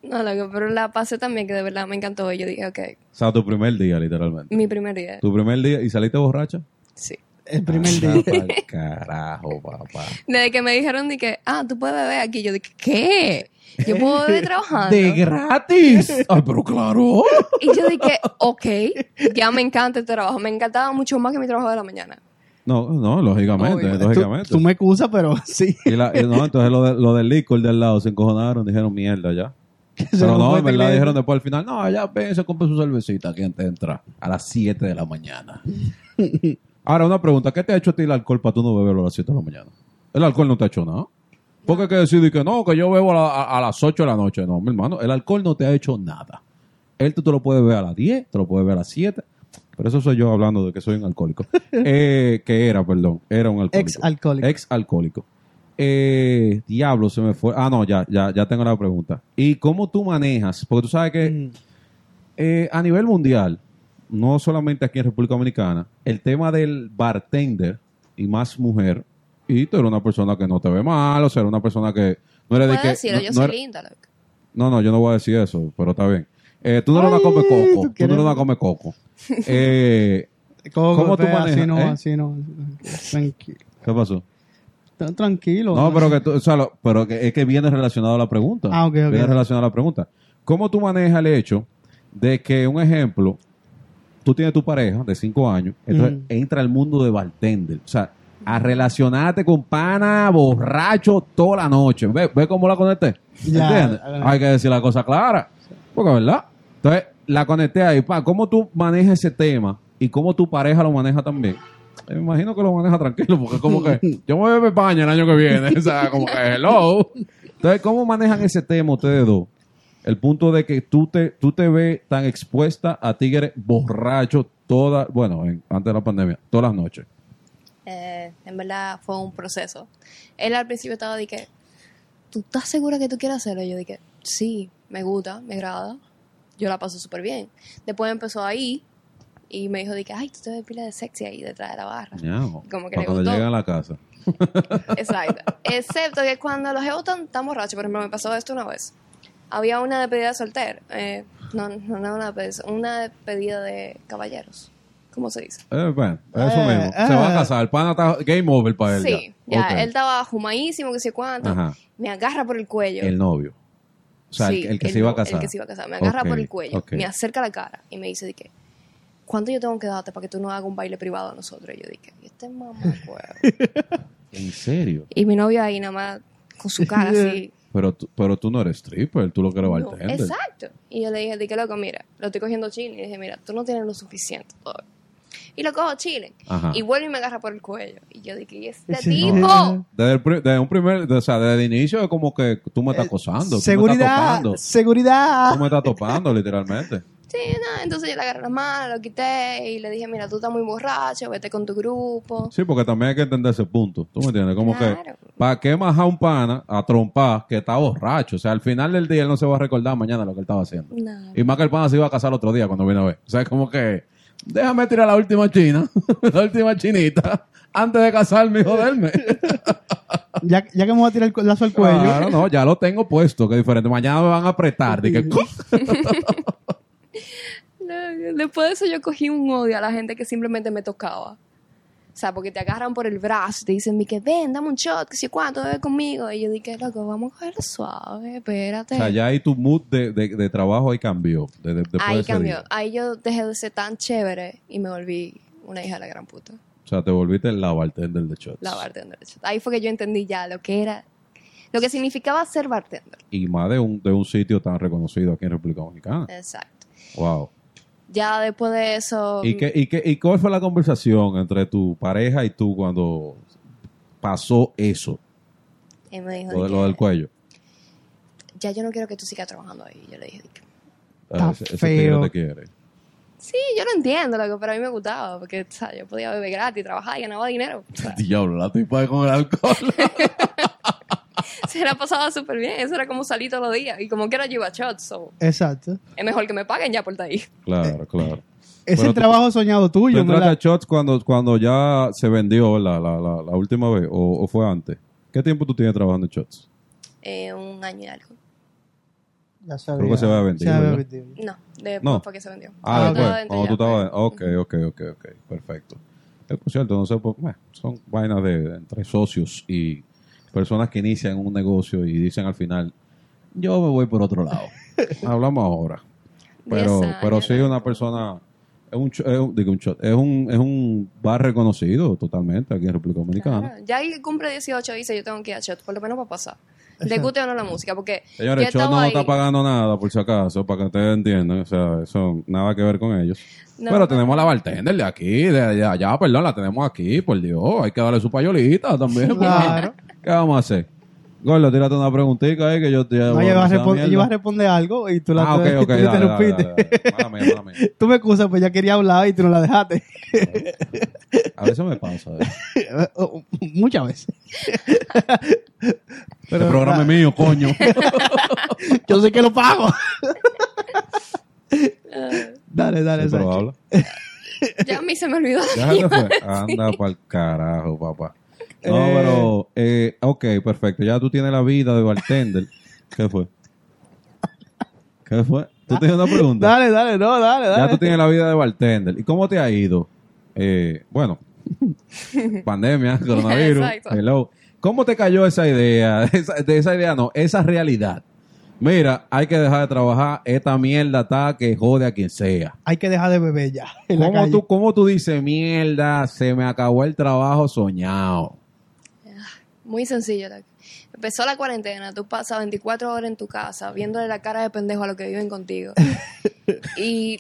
No, lo que, pero la pasé también, que de verdad me encantó, y yo dije, ok, O sea, tu primer día, literalmente. mi primer día, Tu primer día y saliste borracha. sí. El primer Anda día. pa'l Carajo, papá. Desde que me dijeron de que, ah, tú puedes beber aquí, yo dije, ¿qué? Yo puedo beber trabajando. De gratis. Ay, pero claro. Y yo dije, ok, ya me encanta este trabajo. Me encantaba mucho más que mi trabajo de la mañana. No, no, lógicamente, Obvio. lógicamente. Tú, tú me excusas, pero sí. Y la- y no, entonces lo, de- lo del licor del lado se encojonaron, dijeron mierda ya. Pero no no, puede en verdad creer. dijeron después al final, no, ya ven, se compra su cervecita que antes de entrar a las 7 de la mañana. Ahora, una pregunta, ¿qué te ha hecho a ti el alcohol para tú no beberlo a las 7 de la mañana? El alcohol no te ha hecho nada. Porque hay que decir que no, que yo bebo a, la- a- a las 8 de la noche. No, mi hermano, el alcohol no te ha hecho nada. Él tú te lo puedes beber a las 10, te lo puedes beber a las 7. Pero eso soy yo hablando de que soy un alcohólico. Eh, que era, perdón, era un alcohólico. Ex alcohólico. Ex alcohólico. Eh, diablo, se me fue. Ah, no, ya, ya, ya tengo la pregunta. ¿Y cómo tú manejas? Porque tú sabes que Mm. eh, a nivel mundial, no solamente aquí en República Dominicana, el tema del bartender y más mujer, y tú eres una persona que no te ve mal, o sea, eres una persona que no eres de Puedo que. decirlo, no- yo no soy eres- linda, loco. no, no, yo no voy a decir eso, pero está bien. Eh, tú no eres Ay, una come coco. tú Tú, no quieres- eres una come coco. Eh, ¿Cómo, ¿Cómo tú tú manejas? Así manejas, no, eh? así no. Tranquilo. ¿Qué pasó? Tan Tranquilo. No, pero que tú, o sea, lo- pero que es que viene relacionado a la pregunta. Ah, ok, ok. Viene relacionado a la pregunta. ¿Cómo tú manejas el hecho de que, un ejemplo, tú tienes tu pareja de cinco años, entonces Mm. entra al mundo de bartender, o sea, a relacionarte con pana borracho toda la noche. Ve, ve cómo la conecté. Ya, ¿Entiendes? ah. Hay que decir la cosa clara. Porque, ¿verdad? Entonces, la conecté ahí. Pa, ¿Cómo tú manejas ese tema y cómo tu pareja lo maneja también? Eh, Me imagino que lo maneja tranquilo, porque como que yo me voy a España el año que viene, o sea, como que hello. Entonces, ¿cómo manejan ese tema ustedes dos? El punto de que tú te, tú te ves tan expuesta a tigres borrachos toda, bueno, en- antes de la pandemia, todas las noches. Eh, en verdad fue un proceso. Él al principio estaba de que, ¿tú estás segura que tú quieres hacerlo? Y yo dije, sí, me gusta, me agrada. Yo la paso súper bien. Después empezó ahí y me dijo de que, ay, tú te ves pila de sexy ahí detrás de la barra. Ñao. Como que Para le cuando gustó. llegan a la casa. Exacto. Excepto que cuando los jevos están tan borrachos, por ejemplo, me pasó esto una vez. Había una despedida de soltero. eh, no, no, no una despedida, una despedida de caballeros. ¿Cómo se dice? Eh, bueno, eso Eh, mismo. Se eh. va a casar. El pana está game over para él. sí, ya. Ok. Él estaba jumadísimo, que sé cuánto. Ajá. Me agarra por el cuello. El novio. O sea, el Sí, que- el, que se iba a no- casar. El que se iba a casar. Me agarra Ok, por el cuello, ok. me acerca la cara y me dice de que, ¿cuánto yo tengo que darte para que tú no hagas un baile privado a nosotros? Y yo dije, "Y este mamacuevo". En serio. y mi novio ahí nada más con su cara así. Pero tú, pero tú no eres stripper, tú lo ¿eh? que eres No, bartender. exacto. Y yo le dije, di que loco, mira, lo estoy cogiendo chile. Y dije, mira, tú no tienes lo suficiente todavía. Y lo cojo chile. Ajá. Y vuelve y me agarra por el cuello. Y yo dije, ¿y este Sí, tipo? no. Desde, el, pri- desde un primer, de- o sea, desde el inicio es como que tú Eh, me estás acosando. Seguridad. Tú me estás topando. Seguridad. Tú me estás topando, literalmente. Sí, no. Entonces yo le agarré la mano, lo quité y le dije, mira, tú estás muy borracho, vete con tu grupo. Sí, porque también hay que entender ese punto. ¿Tú me entiendes? Como que, Claro. ¿para qué más a un pana a trompar que está borracho? O sea, al final del día él no se va a recordar mañana lo que él estaba haciendo. No. Y más que el pana se iba a casar otro día cuando vino a ver. O sea, es como que, déjame tirar la última china, la última chinita, antes de casarme y joderme. Ya, ya que me voy a tirar el cu- lazo Ah. al cuello. Claro, no, ya lo tengo puesto, que es diferente. Mañana me van a apretar. de que, No, no. Después de eso yo cogí un odio a la gente que simplemente me tocaba. O sea, porque te agarran por el brazo, te dicen, que ven, dame un shot, que si cuánto, bebe conmigo. Y yo dije, loco, vamos a cogerlo suave, espérate. O sea, ya ahí tu mood de, de- de trabajo ahí cambió. de- de- después de Ahí ese cambió. día. Ahí yo dejé de ser tan chévere y me volví una hija de la gran puta. O sea, te volviste la bartender de shots. La bartender. Ahí fue que yo entendí ya lo que era, lo que significaba ser bartender. Y más de un, de un sitio tan reconocido aquí en República Dominicana. Exacto. Wow. Ya después de eso. ¿Y, qué, y, qué- ¿Y cuál fue la conversación entre tu pareja y tú cuando pasó eso? él me dijo, Lo, de- de lo que, del cuello. ya yo no quiero que tú sigas trabajando ahí. Yo le dije, de que, Está Ah, tigre feo. te quiere. sí, yo lo entiendo, loco, pero a mí me gustaba, porque o sea, yo podía beber gratis, trabajar y ganaba dinero. O sea, Diablo, la tipa con el alcohol. se la pasaba súper bien, eso era como salir todos los días. Y como quiera, yo iba a shots, so, Exacto. es mejor que me paguen ya por estar ahí. Eh, Claro, claro. Es Bueno, el tú- trabajo soñado ¿Tú tuyo, entraste a ¿verdad? shots cuando, cuando ya se vendió la, la, la, la última vez o, o fue antes? ¿Qué tiempo tú tienes trabajando en shots? Eh, un año y algo. Ya Creo que se había vendido, ¿verdad? vendido. No, después No. fue que se vendió. Ah, Ah, después. No, dentro Cuando tú ya, estabas. fue. Ok, ok, ok, ok. Perfecto. Eh, por cierto, no sé por meh, Son vainas de, de entre socios y personas que inician un negocio y dicen al final, yo me voy por otro lado. Hablamos ahora. Pero, Diez años, pero sí, ¿no? una persona. Es un, cho- es un- digo, un cho- es, un, es un bar reconocido totalmente aquí en República Dominicana. Claro. Ya el que cumple 18 dice, yo tengo que ir a shot, por lo menos para pasar. Le Exacto. guste o no la música, porque Señores, yo Shot estaba no ahí. está pagando nada, por si acaso, para que ustedes entiendan. O sea, eso nada que ver con ellos. No, pero no. tenemos la bartender de aquí, de allá, allá, perdón, la tenemos aquí, por Dios. Hay que darle su payolita también. porque- Claro. ¿Qué vamos a hacer? Gordo, tírate una preguntita ahí que yo te... No, ella va, a respon- ella va a responder algo y tú la Ah, ok, y ok, tú dale, dale, interrumpiste. dale, dale. Mala mía, mala mía. Tú me excusas, pues ya quería hablar y tú no la dejaste. A veces me pasa. eh. Muchas veces. este programa es mío, coño. Yo sé que lo pago. dale, dale, Sí, pero Sancho. habla. ya a mí se me olvidó. Ya se fue. Anda pa'l carajo, papá. No, Eh. pero... Eh, ok, perfecto. Ya tú tienes la vida de bartender. ¿Qué fue? ¿Qué fue? ¿Tú tienes una pregunta? Dale, dale, no, dale, Ya dale. tú tienes la vida de bartender. ¿Y cómo te ha ido? Eh, bueno, pandemia, coronavirus. Exacto. hello. ¿Cómo te cayó esa idea? Esa, de esa idea no, esa realidad. Mira, hay que dejar de trabajar. Esta mierda está que jode a quien sea. Hay que dejar de beber ya. En la ¿Cómo calle. tú, ¿Cómo tú dices, mierda, se me acabó el trabajo soñado? Muy sencillo. la- Empezó la cuarentena, tú pasas 24 horas en tu casa viéndole la cara de pendejo a los que viven contigo. y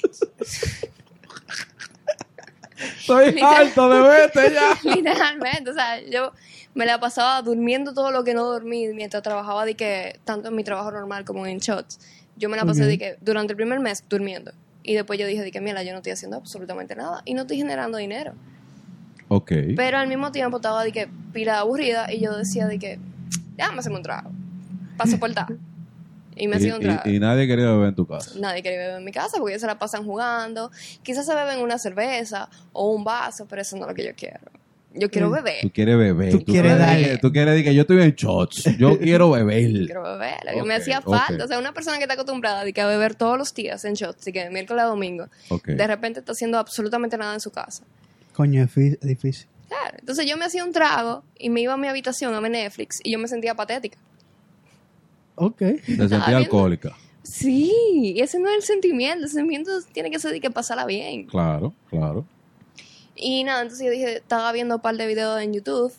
Estoy harto de verte ya. literalmente, o sea, yo me la pasaba durmiendo todo lo que no dormí mientras trabajaba de que tanto en mi trabajo normal como en shots. Yo me la pasé Ok. de que durante el primer mes durmiendo. Y después yo dije de que, mira, yo no estoy haciendo absolutamente nada y no estoy generando dinero. Ok. Pero al mismo tiempo estaba de que pila aburrida y yo decía de que, déjame hacerme un trago. Para soportar. Y me y, hacía un trago. y- y nadie quería beber en tu casa. Nadie quiere beber en mi casa porque ellos se la pasan jugando. Quizás se beben una cerveza o un vaso, pero eso no es lo que yo quiero. Yo quiero Tú beber. quieres beber. Tú quieres quieres- darle. Tú quieres decir que yo estoy en shots. Yo quiero beber. Quiero beber. Lo que Ok, me hacía ok. falta. O sea, una persona que está acostumbrada de que a beber todos los días en shots, y que de miércoles a domingo, Ok. de repente está haciendo absolutamente nada en su casa. Coño, es fi- es difícil. Claro. Entonces yo me hacía un trago y me iba a mi habitación a ver Netflix y yo me sentía patética. Ok. Eh, Te sentí bien. alcohólica. Sí, y ese no es el sentimiento. El sentimiento tiene que ser de que pasarla bien. Claro, claro. Y nada, entonces yo dije, estaba viendo un par de videos en YouTube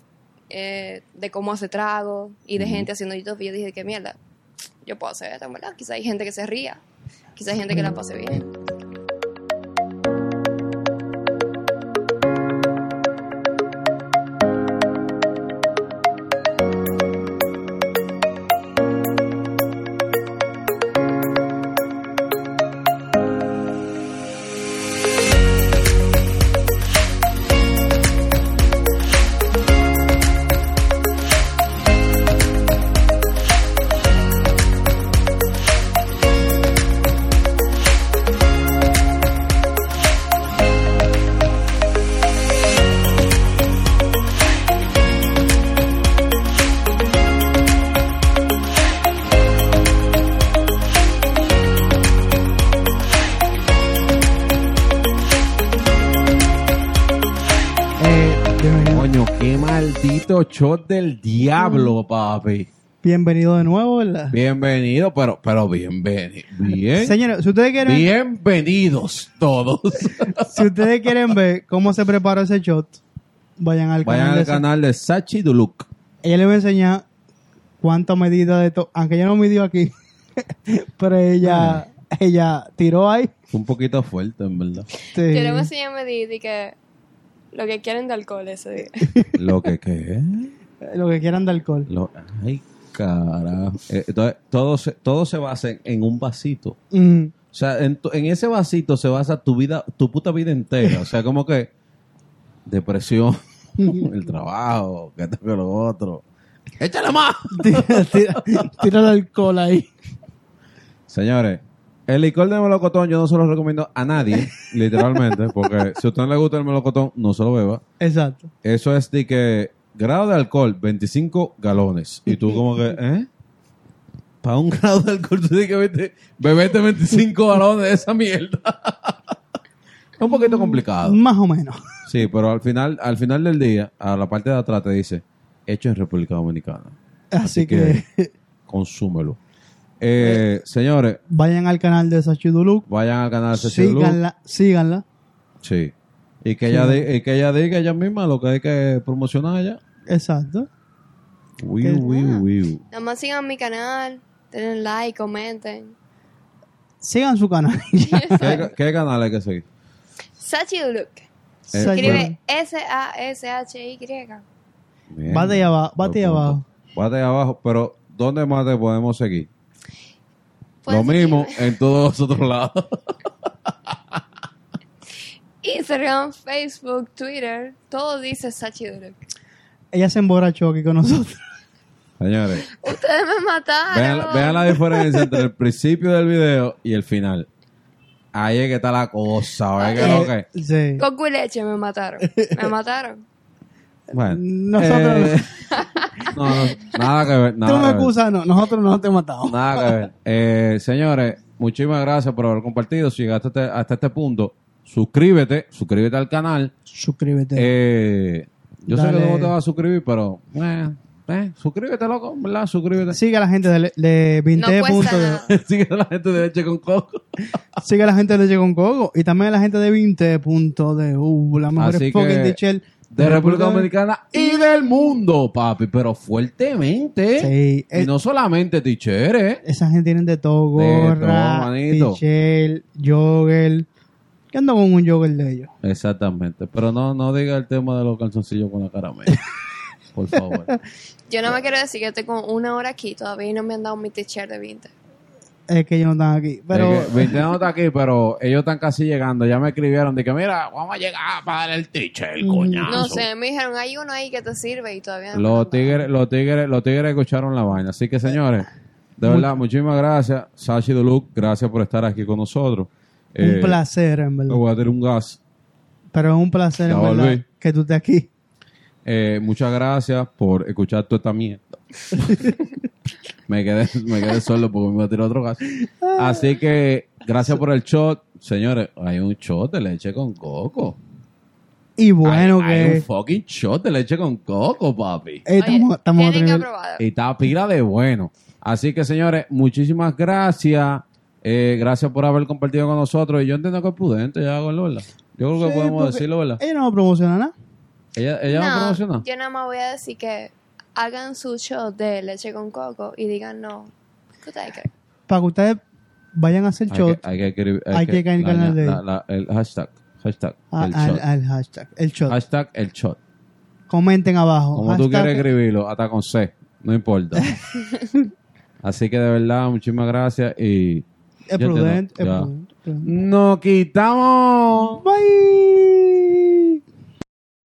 eh, de cómo hace trago y de gente haciendo YouTube. Y yo dije, qué mierda, yo puedo hacer esto, en ¿verdad? Quizá hay gente que se ría, quizá hay gente que la pase bien. de verdad. Coño, qué maldito shot del Mm. diablo, papi. Bienvenido de nuevo, ¿verdad? Bienvenido, pero, pero bienvenido. Bien, Señores, si ustedes quieren, bienvenidos todos. si ustedes quieren ver cómo se preparó ese shot, vayan al Vayan canal. al de Sa- canal de Sachi Duluc. Ella le va a enseñar cuánto medida de todo, aunque ella no midió aquí, pero ella, ella tiró ahí. Fue un poquito fuerte, en verdad. Este, Yo le voy a enseñar a medir y que lo que quieren de alcohol ese día. Lo que que es. lo que quieran de alcohol. Lo- ay, carajo. Eh, Entonces, todo se, todo se basa en, en un vasito. O Mm. sea, en, tu- en ese vasito se basa tu vida, tu puta vida entera. O sea, como que depresión, el trabajo, que esto que lo otro. ¡Échale más! tira, tira, tira el alcohol ahí. Señores, el licor de melocotón yo no se lo recomiendo a nadie, literalmente, porque si a usted no le gusta el melocotón, no se lo beba. Exacto. Eso es de que grado de alcohol, 25 galones. Y tú como que, ¿eh? Para un grado de alcohol, tú tienes que verte- beberte 25 galones de esa mierda. es un poquito complicado. Mm. Más o menos. Sí, pero al final, al final del día, a la parte de atrás te dice, hecho en República Dominicana. Así que consúmelo. Eh, señores, vayan al canal de Sachi Duluc, vayan al canal de síganla, síganla. Sí. Y que, ella Sí. di- y que ella diga ella misma lo que hay que promocionar allá. Exacto. Wiu, wiu, wiu. Nada más sigan mi canal, denle like, comenten. Sigan su canal. ¿Qué, qué canal hay que seguir? Sachi Duluc. Eh, Escribe S-A-S-H-Y. Bien. Bate ahí abajo, bate ahí Buen punto. abajo. Bate ahí abajo, pero ¿dónde más te podemos seguir? Lo Pueden mismo en todos los otros lados. Instagram, Facebook, Twitter, todo dice Sachi Duluc. Ella se emborrachó aquí con nosotros. Señores, Ustedes me vean, mataron. vean la diferencia entre el principio del video y el final. Ahí es que está la cosa. oye, Eh, que lo que- Sí. Coco y leche me mataron. Me mataron. Bueno, eh, Nosotros- no, no, nada que ver. Nada Tú me que ver. excusas, no, nosotros no te matamos. Nada que ver. Eh, señores, muchísimas gracias por haber compartido. Si llegaste hasta este, hasta este punto, suscríbete, suscríbete al canal. Suscríbete. Eh, yo sé que Dale. tú no te vas a suscribir, pero eh, eh, suscríbete, loco, ¿verdad? Suscríbete. Sigue a la gente de, de Vinte No cuesta punto de- nada. Sigue a la gente de Leche con Coco. Sigue a la gente de Leche con Coco y también a la gente de 20.de, la mejor Así fucking que- teacher De República Dominicana y del mundo, papi, pero fuertemente. Y Sí, es- no solamente ticheres. esa gente tienen de todo, De todo, gorra, manito. tichel, jogger. Yo ando con un jogger de ellos. Exactamente. Pero no, no diga el tema de los calzoncillos con la caramela. Por favor. Yo no me quiero decir que estoy con una hora aquí todavía y no me han dado mi t-shirt de 20. Es que ellos no están aquí. Pero Es que Vicente no está aquí, pero ellos están casi llegando. Ya me escribieron de que, mira, vamos a llegar para dar el teacher, el Mm. coñazo. No sé, me dijeron, hay uno ahí que te sirve y todavía no. me lo han Los dado. tigres, los tigres, los tigres escucharon la vaina. Así que, señores, de verdad, muchísimas gracias. Sachi Duluc, gracias por estar aquí con nosotros. un Eh, placer, en me verdad. voy a tener un gas. Pero es un placer, Ya en verdad, volví. que tú estés aquí. Eh, muchas gracias por escuchar toda esta mierda. me, quedé, me quedé solo porque me tiró otro gas. Así que, gracias por el shot. Señores, hay un shot de leche con coco. Y bueno, hay, hay que un fucking shot de leche con coco, papi. eh, estamos, Oye, estamos a otro tienen que nivel. probarlo. Y está pila de bueno. Así que, señores, muchísimas gracias. Eh, gracias por haber compartido con nosotros. Y yo entiendo que es prudente, ya, Gordo, ¿verdad? Yo creo que Sí, podemos porque decirlo, ¿verdad? Ellos no promocionan nada. Ella, ella no, No, promociona. Yo nada más voy a decir que hagan su shot de leche con coco y digan no. ¿Qué ustedes creen? Para que ustedes vayan a hacer Hay que, shot hay que escribir- Hay que caer en la- canal de- la- Ah, la- El hashtag. Hashtag. a- el al, shot. al hashtag. El shot. Hashtag el shot. Comenten abajo. Como tú Hashtag- quieres escribirlo, hasta con C. No importa. Así que, de verdad, muchísimas gracias y... Es Ya te lo- prudente. Es ya. prudente. ¡Nos quitamos! Bye.